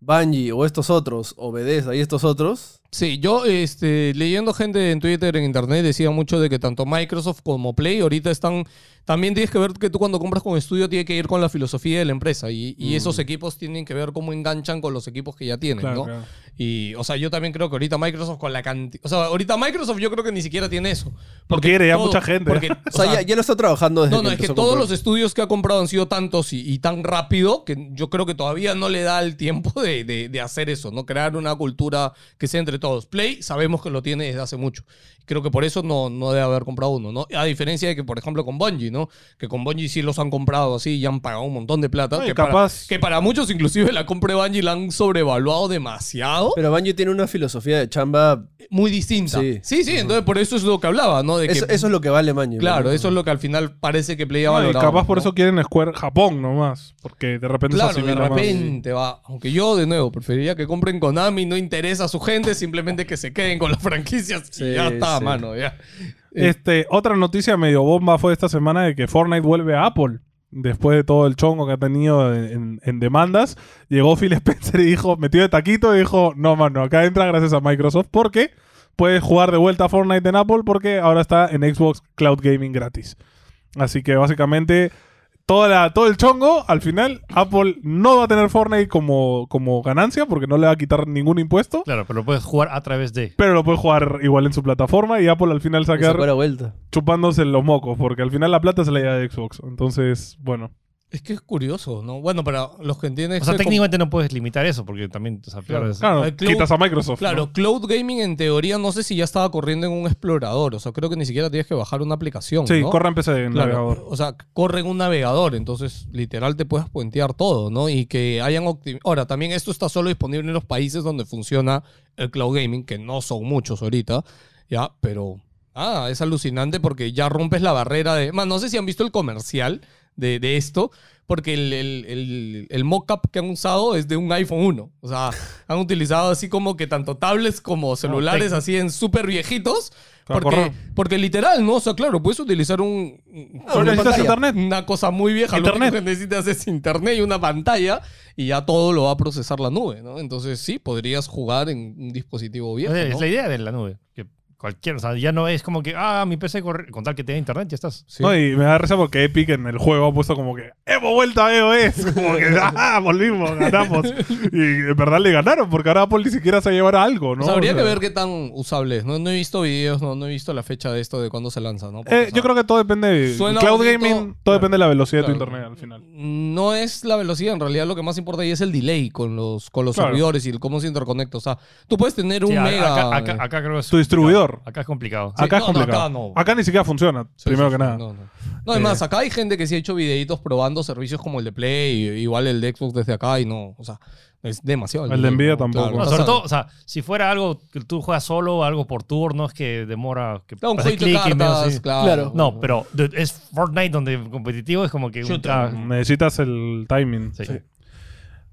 S2: Bungie o estos otros, o Bethesda y estos otros.
S3: Sí, yo este, leyendo gente en Twitter, en internet, decía mucho de que tanto Microsoft como Play ahorita están... También tienes que ver que tú cuando compras con estudio tiene que ir con la filosofía de la empresa y, y esos equipos tienen que ver cómo enganchan con los equipos que ya tienen,
S1: Mm. Claro,
S3: ¿no?
S1: claro.
S3: Y, o sea, yo también creo que ahorita Microsoft con la cantidad... O sea, ahorita Microsoft yo creo que ni siquiera tiene eso.
S1: quiere ya mucha gente.
S3: porque,
S2: O sea, ya, ya lo está trabajando desde
S3: no, no, es que
S2: empezó a
S3: todos
S2: comprar.
S3: los estudios que ha comprado han sido tantos y, y tan rápido que yo creo que todavía no le da el tiempo de, de- de hacer eso, ¿no? Crear una cultura que sea entre todos. Play sabemos que lo tiene desde hace mucho. Creo que por eso no, no debe haber comprado uno, ¿no? A diferencia de que, por ejemplo, con Bungie, ¿no? Que con Bungie sí los han comprado así y han pagado un montón de plata.
S1: Oye,
S3: que, para-
S1: capaz-
S3: que para muchos, inclusive, la compra de Bungie la han sobrevaluado demasiado
S2: Pero Bungie tiene una filosofía de chamba.
S3: muy distinta. Sí,
S2: Sí.
S3: sí, entonces por eso es lo que hablaba, ¿no? De que,
S2: Eso, eso es lo que vale Bungie.
S3: claro,
S2: ¿verdad?
S3: eso es lo que al final parece que Play ha
S1: No, y
S3: valorado,
S1: capaz por
S3: ¿no?
S1: eso quieren Square Japón nomás. Porque de repente se
S3: Claro, de
S1: asimila más.
S3: repente va. Aunque yo, de nuevo, preferiría que compren Konami, no interesa a su gente, simplemente que se queden con las franquicias. y
S2: Sí,
S3: ya está,
S2: sí.
S3: mano, ya.
S1: Este, otra noticia medio bomba fue esta semana de que Fortnite vuelve a Apple. Después de todo el chongo que ha tenido en, en- en demandas, llegó Phil Spencer y dijo, metido de taquito, y dijo, no, mano, acá entra gracias a Microsoft porque puedes jugar de vuelta a Fortnite en Apple porque ahora está en Xbox Cloud Gaming gratis. Así que básicamente toda la- todo el chongo, al final Apple no va a tener Fortnite como, como ganancia porque no le va a quitar ningún impuesto,
S4: claro, pero lo puedes jugar a través de
S1: pero lo puede jugar igual en su plataforma y Apple al final
S2: Y se
S1: sacar
S2: fue a la vuelta.
S1: chupándose los mocos, porque al final la plata es la idea de Xbox. Entonces, bueno.
S3: Es que es curioso, ¿no? Bueno, para los que entienden...
S4: O sea,
S3: este
S4: técnicamente no puedes limitar eso porque también, o sea, pierdes-
S1: Claro,
S3: el cloud-
S1: quitas a Microsoft.
S3: Claro,
S1: ¿no?
S3: Cloud Gaming en teoría no sé si ya estaba corriendo en un explorador, o sea, creo que ni siquiera tienes que bajar una aplicación.
S1: Sí,
S3: ¿no?
S1: corre en PC en
S3: Claro,
S1: navegador.
S3: O sea, corre en un navegador, entonces literal te puedes puentear todo, ¿no? Y que hayan optim- Ahora, también esto está solo disponible en los países donde funciona el cloud gaming, que no son muchos ahorita, ya, pero ah, es alucinante porque ya rompes la barrera de. Más, no sé si han visto el comercial de, de esto, porque el, el, el, el mock-up que han usado es de un iPhone 1. O sea, han utilizado así como que tanto tablets como celulares, así en súper viejitos.
S1: Ah, Para
S3: Porque,
S1: correr.
S3: porque literal, ¿no? O sea, claro, puedes utilizar un, un-
S2: Ah,
S1: Ahora
S2: una
S1: necesitas
S2: pantalla.
S1: internet.
S3: una cosa muy vieja. Lo
S1: Internet.
S3: único que necesitas es internet y una pantalla y ya todo lo va a procesar la nube, ¿no? Entonces sí, podrías jugar en un dispositivo viejo,
S4: Es
S3: ¿no?
S4: la idea de la nube, que cualquier, o sea, ya no es como que ah, mi PC corre, con tal que tenga internet ya estás.
S3: Sí.
S1: No, y me da risa porque Epic en el juego ha puesto como que ¡Hemos vuelto a EOS! Como que ¡Ah! Volvimos, ganamos. y en verdad le ganaron porque ahora Apple ni siquiera se llevará algo, ¿no?
S3: O sea, Pues habría
S1: O sea,
S3: que ver qué tan usable es. No, no he visto videos, no, no he visto la fecha de esto, de cuándo se lanza, ¿no? Porque,
S1: Eh,
S3: o sea,
S1: yo creo que todo depende. de-
S3: Suena
S1: Cloud
S3: bonito.
S1: Gaming, todo depende de la velocidad de tu
S3: Claro.
S1: internet al final.
S3: No es la velocidad, en realidad lo que más importa ahí es el delay con los, con los
S1: Claro.
S3: servidores y el cómo se interconecta. O sea, tú puedes tener un
S4: Sí, a-
S3: mega...
S4: acá, acá- acá creo que es
S1: Tu distribuidor. peor.
S4: Acá es complicado.
S3: Sí,
S1: acá es
S3: no, no,
S1: complicado.
S3: acá
S1: acá,
S3: no.
S1: ni siquiera funciona,
S3: Sí,
S1: primero
S3: sí,
S1: que
S3: sí,
S1: nada. Eh.
S3: No, no. No, además, acá hay gente que sí ha hecho videitos probando servicios como el de Play, y- igual el de Xbox desde acá y no, o sea, es demasiado.
S1: El de
S3: lío,
S1: Nvidia
S3: ¿no?
S1: tampoco.
S3: Claro,
S4: No,
S3: o
S4: sobre
S3: sea,
S4: todo, o sea, si fuera algo que tú juegas solo, algo por turnos que demora. Que
S3: claro, un
S4: pase
S3: jueguito de
S4: clic y medio
S3: cartas,
S4: así.
S3: claro.
S2: Claro.
S4: No, pero dude, es Fortnite donde competitivo es como que. un
S3: Shooter.
S1: Ah,
S4: tra-
S1: Necesitas el timing.
S4: Sí.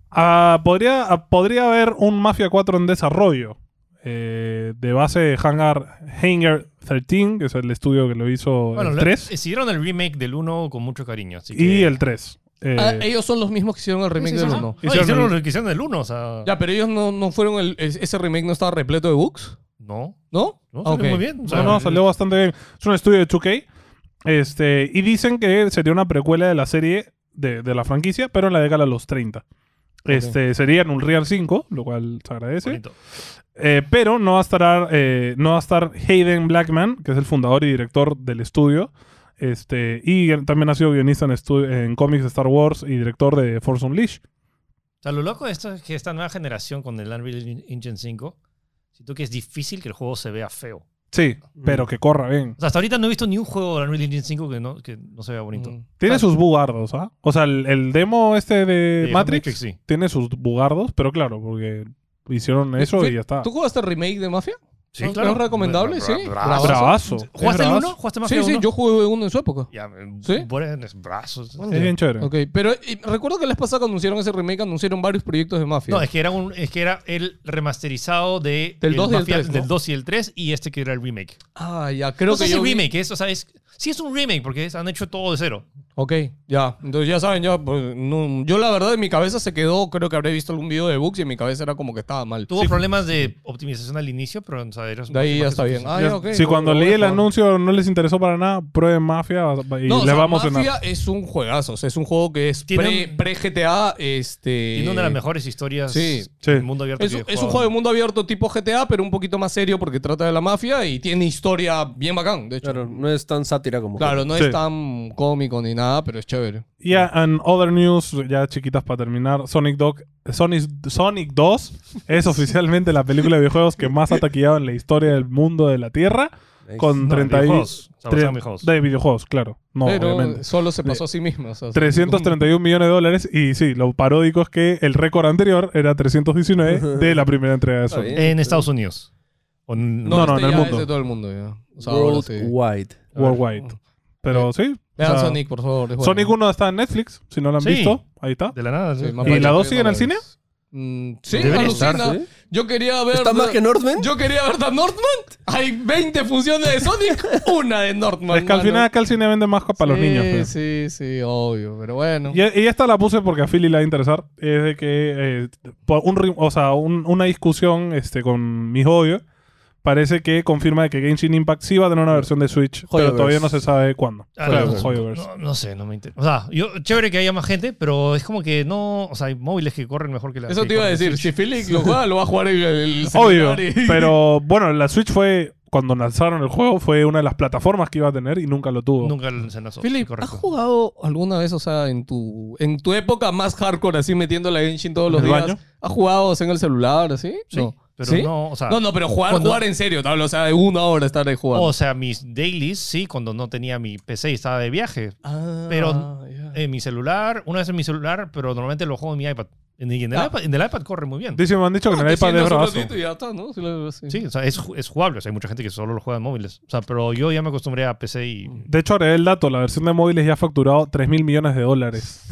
S1: Ah, podría, ah, podría haber un Mafia 4 en desarrollo. eh, de base de Hangar, Hangar 13, que es el estudio que lo hizo
S4: Bueno,
S1: el
S4: le-
S1: 3.
S4: hicieron el remake del 1 con mucho cariño. Así que, Ah,
S1: y el 3. Eh,
S3: Ah, ellos son los mismos que hicieron el remake del
S4: No,
S3: uno.
S1: Hicieron
S4: hicieron
S1: el-
S4: lo que hicieron del 1, o sea.
S3: Ya, pero ellos no, no fueron el, es- ese remake no estaba repleto de bugs,
S4: No.
S3: ¿no?
S4: No,
S3: Ah,
S4: salió
S3: ok.
S4: muy bien. o sea,
S1: no, no, salió bastante bien. Es un estudio de 2K. Este, y dicen que sería una precuela de la serie de, de la franquicia, pero en la década de los 30. Este, Sería en Unreal 5, lo cual se agradece.
S4: bonito.
S1: Eh, pero no va a estar, eh, no va a estar Hayden Blackman, que es el fundador y director del estudio. Este, y él también ha sido guionista en, estu- en cómics de Star Wars y director de Force Unleashed.
S4: O sea, lo loco de esto es que esta nueva generación con el Unreal Engine 5, siento que es difícil que el juego se vea feo.
S1: Sí,
S2: Mm.
S1: pero que corra bien.
S4: O sea, hasta ahorita no he visto ni un juego de Unreal Engine 5 que no, que no se vea bonito.
S3: Mm.
S1: Tiene sus bugardos, ¿ah? O sea, el, el demo este de
S4: Eh,
S1: Matrix,
S4: sí.
S1: tiene sus bugardos, pero claro, porque hicieron eso y ya está.
S3: ¿Tú jugaste el remake de Mafia?
S4: Sí,
S3: ¿No-
S4: claro.
S3: ¿No es recomendable?
S4: Bra-
S3: Sí.
S4: bra-
S3: Bravazo.
S1: Bravazo. Es
S4: ¿Jugaste el
S1: bravazo.
S4: 1? ¿Jugaste más
S3: Sí,
S4: que
S3: sí,
S4: uno?
S3: yo jugué uno en su época.
S4: Ya, eh,
S3: ¿Sí?
S4: buenos brazos.
S1: Es bien chévere.
S3: Ok, pero eh, recuerdo que la vez pasada cuando anunciaron ese remake anunciaron varios proyectos de Mafia.
S4: No, es que, era un, es que era el remasterizado de
S3: Del
S4: el
S3: dos y el
S4: Mafia-
S3: tres, ¿no?
S4: del 2 y el 3 y este que era el remake.
S3: Ah, ya, creo
S4: no sé
S3: que
S4: si
S3: yo vi-
S4: remake es, o sea, es, sí es un remake porque es- han hecho todo de cero.
S3: Ok, ya. Entonces ya saben, ya, pues, no- yo la verdad en mi cabeza se quedó, creo que habré visto algún video de bugs y en mi cabeza era como que estaba mal.
S4: Tuvo problemas de optimización al inicio, pero o sea, era
S3: De ahí
S4: más-
S3: ya
S4: más
S3: está
S4: que
S3: bien.
S4: suficiente.
S3: Ah,
S1: Ya-
S3: ya, ok.
S1: si
S3: No,
S1: cuando
S3: lo voy
S1: leí
S3: a
S1: el
S3: jugar.
S1: anuncio no les interesó para nada, prueben Mafia y
S3: No, o
S1: les
S3: sea,
S1: vamos a
S3: Mafia
S1: cenar.
S3: es un juegazo, o sea, es un juego que es
S4: Tiene
S3: pre-
S4: un-
S3: pre-GTA. este...
S4: Tiene una de las mejores historias
S3: Sí.
S1: Sí.
S4: del mundo abierto.
S3: Es,
S4: que he
S3: es un
S4: jugado.
S3: juego de mundo abierto tipo GTA, pero un poquito más serio porque trata de la mafia y tiene historia bien bacán, de hecho.
S2: Claro,
S3: Claro,
S2: no es tan sátira como.
S3: no
S1: Sí.
S3: es tan cómico ni nada, pero es chévere.
S1: Y a- and other news, ya chiquitas para terminar, Sonic, Dog, Sonic, Sonic 2 es oficialmente la película de videojuegos que más ha taquillado en la historia del mundo de la Tierra,
S2: Nice.
S1: con
S4: No,
S1: 30 y-
S4: videojuegos. O sea,
S1: tre-
S4: basado en videojuegos.
S1: de videojuegos, claro. No,
S3: pero
S1: obviamente.
S3: solo se pasó a sí mismo. o sea,
S1: 331 millones de dólares y sí, lo paródico es que el récord anterior era 319 de la primera entrega de
S2: Está
S1: Sonic.
S2: bien.
S4: En Estados Unidos. O en-
S3: No, no,
S1: no,
S3: este
S1: en el
S3: ya
S1: mundo.
S3: Es de todo el mundo ya. O sea, ahora sí.
S2: Worldwide.
S1: Worldwide. Pero sí. o
S3: Vean
S1: sea,
S3: Sonic, por favor. es bueno.
S1: Sonic 1 está en Netflix, si no lo han
S4: Sí.
S1: visto. Ahí está.
S4: De la nada.
S3: Sí,
S4: sí.
S3: más
S1: ¿Y
S3: vale
S1: la
S3: que
S1: dos sigue en
S3: no
S1: el
S3: la
S1: cine?
S3: veas. Mm, sí,
S4: Debería
S3: alucina.
S4: estar,
S2: ¿sí?
S3: Yo quería ver.
S2: ¿Está más que Northman?
S3: Yo quería ver The Northman. Hay 20 funciones de Sonic, una de Northman.
S1: es que al
S3: mano.
S1: final acá el cine vende más para los
S3: Sí,
S1: niños. pero.
S3: Sí, sí, obvio. Pero bueno.
S1: Y, y esta la puse porque a Philly le va a interesar. Es de que, eh, por un, rim- o sea, un- una discusión este, con mis odios, parece que confirma que Genshin Impact sí va a tener una versión de Switch, pero
S2: Joyoverse.
S1: todavía no se sabe cuándo.
S4: Ah,
S1: Claro,
S4: no,
S1: Joyoverse.
S4: no, no sé, no me interesa. O sea, yo, chévere que haya más gente, pero es como que no. O sea, hay móviles que corren mejor que la.
S3: Eso
S4: que
S3: te iba a
S4: corren
S3: decir.
S4: Switch.
S3: Si Felix lo juega, lo va a jugar el, el
S1: Obvio,
S3: celular y-
S1: pero bueno, la Switch fue, cuando lanzaron el juego, fue una de las plataformas que iba a tener y nunca lo tuvo.
S4: Nunca se lanzó.
S3: Philip, ¿has
S4: correcto.
S3: jugado alguna vez, o sea, en tu, en tu época más hardcore, así metiendo la Genshin todos
S1: ¿En
S3: los
S1: el
S3: días?
S1: baño?
S3: ¿Has jugado o sea, en el celular, así?
S4: Sí,
S3: no.
S4: pero
S3: ¿Sí?
S4: no, o sea.
S3: no, no, pero jugar,
S4: cuando-
S3: jugar en serio, te hablo, o sea, de una hora estar ahí jugando.
S4: O sea, mis dailies, sí, cuando no tenía mi PC y estaba de viaje.
S3: Ah,
S4: pero- eh,
S3: ya.
S4: En mi celular, una vez en mi celular, pero normalmente lo juego en mi iPad. En, y en el,
S3: Ah.
S4: iPad, en el iPad corre muy bien.
S1: Dice, me han dicho que en
S3: Te
S1: el iPad
S3: sientas
S1: es
S3: un
S1: bravazo.
S3: ratito y ya está, ¿no? Sí, lo- sí.
S4: Sí, o sea, es, ju- es jugable. O sea, hay mucha gente que solo lo juega en móviles. O sea, pero yo ya me acostumbré a PC y.
S1: De hecho, haré el dato, la versión de móviles ya ha facturado 3 mil millones de dólares.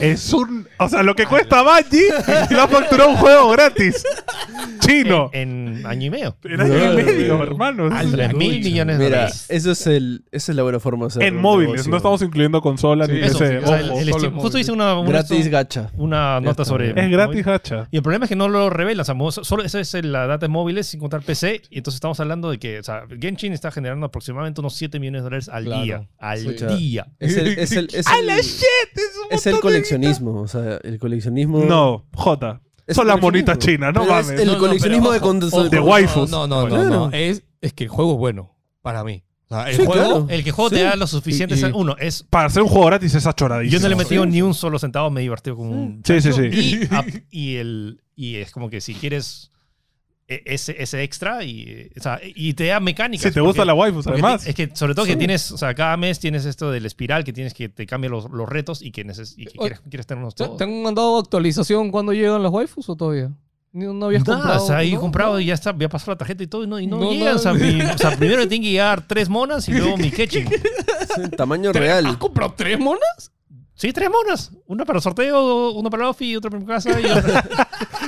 S1: es un... O sea, lo que cuesta Bungie y lo ha facturado un juego gratis. Chino.
S4: En, en año y medio.
S1: En año y medio, hermano.
S4: Al 3 mil millones de
S2: Mira,
S4: dólares.
S2: eso es el, esa es la buena forma de hacer
S1: En
S2: un
S1: móviles,
S2: negocio.
S1: no estamos incluyendo consola
S3: Sí,
S1: ni
S4: Eso,
S1: ese.
S4: o sea, el-
S1: ojo.
S4: el
S3: solo
S4: Steam-
S3: móvil.
S4: justo hice una, una,
S2: Gratis gacha.
S4: una nota
S2: está
S4: sobre.
S2: bien.
S1: Es gratis, hacha.
S4: Y el problema es que no lo revelan. O sea, mo- solo eso es la data de móviles sin contar PC. Y entonces estamos hablando de que o sea, Genshin está generando aproximadamente unos 7 millones de dólares al
S3: Claro.
S4: día. Al
S2: Escucha.
S4: día.
S2: Es el, es el, es el, es el coleccionismo. O sea, el coleccionismo.
S1: No, J.
S2: Uh. Es
S1: Son
S2: el
S1: las
S2: coleccionismo.
S1: monitas chinas, no
S2: Pero es
S1: mames.
S2: el
S3: No, no,
S2: coleccionismo
S3: pero
S2: de
S3: ojo,
S2: condes-
S3: ojo,
S1: de
S3: no,
S1: waifus.
S3: No, no, no.
S2: Claro.
S3: no. Es, es que el juego es bueno para mí. O sea, el
S2: Sí,
S3: juego.
S2: claro.
S4: El que juego
S2: Sí.
S4: te da lo suficiente.
S3: Y-
S4: es
S3: y-
S4: uno, es.
S1: Para hacer un juego gratis es achoradísimo.
S4: Yo no le he metido ni un solo centavo, me he divertido como un.
S1: Sí, sí, sí.
S4: Y, ap- y el, y es como que si quieres e- ese, ese extra y, eh, o sea, y te da mecánicas.
S1: Si te gusta
S4: porque-
S1: la waifu,
S4: porque
S1: además.
S4: ti- Es que sobre todo que tienes, o sea, cada mes tienes esto del espiral que tienes que te cambia los, los retos y que, neces- y que
S3: Oye,
S4: quieres, quieres tenerlos
S3: ¿Te,
S4: todos.
S3: te han mandado actualización cuando llegan las waifus o todavía? ¿No, no habías
S4: Nada,
S3: comprado?
S4: o sea, ahí
S3: ¿no?
S4: comprado y ya está, ya pasó la tarjeta y todo y no, y no,
S3: No,
S4: llegan.
S3: no.
S4: O, sea, mi- o sea, primero me tienen que llegar tres monas y luego mi catching.
S2: Es en tamaño
S3: ¿Has
S2: real.
S3: comprado tres monas?
S4: Sí, tres monas. Una para sorteo, una para Ofi, otra para mi casa y otra.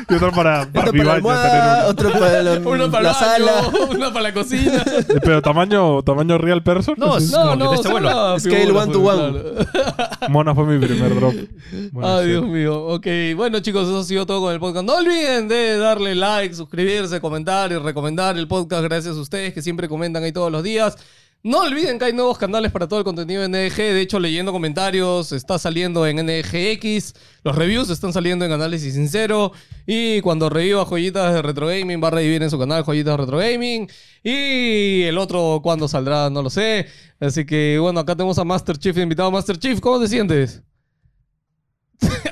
S1: Y otra para, para
S2: Otro
S1: mi
S2: Este para la
S1: baño, tener
S2: almohada,
S1: una.
S2: otro para la,
S4: Mm,
S3: Una para
S2: la
S3: el baño,
S2: sala.
S3: una para la cocina.
S1: Pero tamaño, tamaño real person. pues
S4: No, es-
S3: No,
S4: como que
S3: no,
S4: de este
S3: solo
S4: vuelo.
S3: la
S2: Scale
S3: figura,
S2: one to
S3: pues,
S2: one.
S3: claro.
S1: Mona fue mi primer drop. Bueno,
S3: Ay,
S1: sí.
S3: Ah, Dios mío. Ok, bueno chicos, eso ha sido todo con el podcast. No olviden de darle like, suscribirse, comentar y recomendar el podcast. Gracias a ustedes que siempre comentan ahí todos los días. No olviden que hay nuevos canales para todo el contenido de NDG. De hecho, leyendo comentarios está saliendo en NDGX. Los reviews están saliendo en Análisis Sincero. Y cuando reviva Joyitas de Retro Gaming, va a revivir en su canal Joyitas Retro Gaming. Y el otro, cuando saldrá, no lo sé. Así que bueno, acá tenemos a Master Chief invitado. Master Chief, ¿cómo te sientes?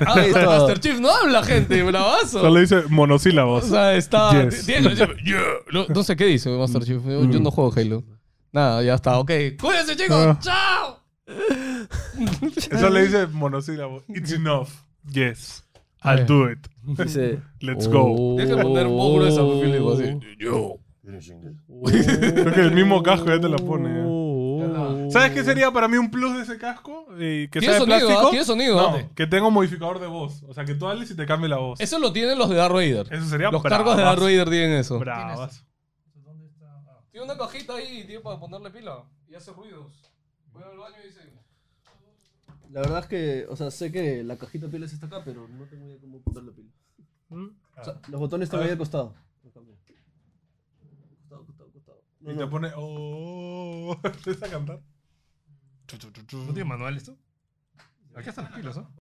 S3: Ah,
S2: Ahí está.
S3: Master Chief no habla, gente, bravazo.
S1: Solo dice
S3: O
S1: monosílabos.
S3: sea, está.
S1: Yes. Mm.
S3: Diego, dice, "Yeah". no, no sé qué dice Master Chief. Yo, yo no juego Halo. Nada, ya está, ok. Cuídense, chicos.
S1: Ah.
S3: ¡Chao!
S1: Solo le dice monosílabos. It's enough. Yes. I'll do it.
S2: Dice, "Oh,
S1: Let's go.
S3: Tienes que poner voz gruesa, Filipe, así.
S1: Creo que el mismo casco ya te la pone. ¿eh? ¿Sabes qué sería para mí un plus de ese casco? Eh, que sea
S3: Oh. Tiene
S1: de
S3: sonido,
S1: plástico.
S3: ¿ah? Tiene sonido. ¿ah?
S1: No, que tenga un modificador de voz. O sea, que tú hables y te cambie la voz.
S3: Eso lo tienen los de Darth Vader.
S1: Eso sería
S3: Los
S1: bravazo.
S3: cargos de Darth Vader tienen eso.
S1: Bravas.
S3: Tiene una cajita ahí, tío, para ponerle pila. Y hace ruidos. Voy al baño y dice.
S2: la verdad es que, o sea, sé que la cajita de pilas está acá, pero no tengo idea cómo poner la pila.
S1: ¿Mm?
S2: O sea, los botones están ahí al costado. Costado, costado, costado. No,
S1: Y
S2: no.
S1: te pone. Oh. Empieza a cantar.
S4: ¿No tiene manual esto? Acá están las pilas, ¿no?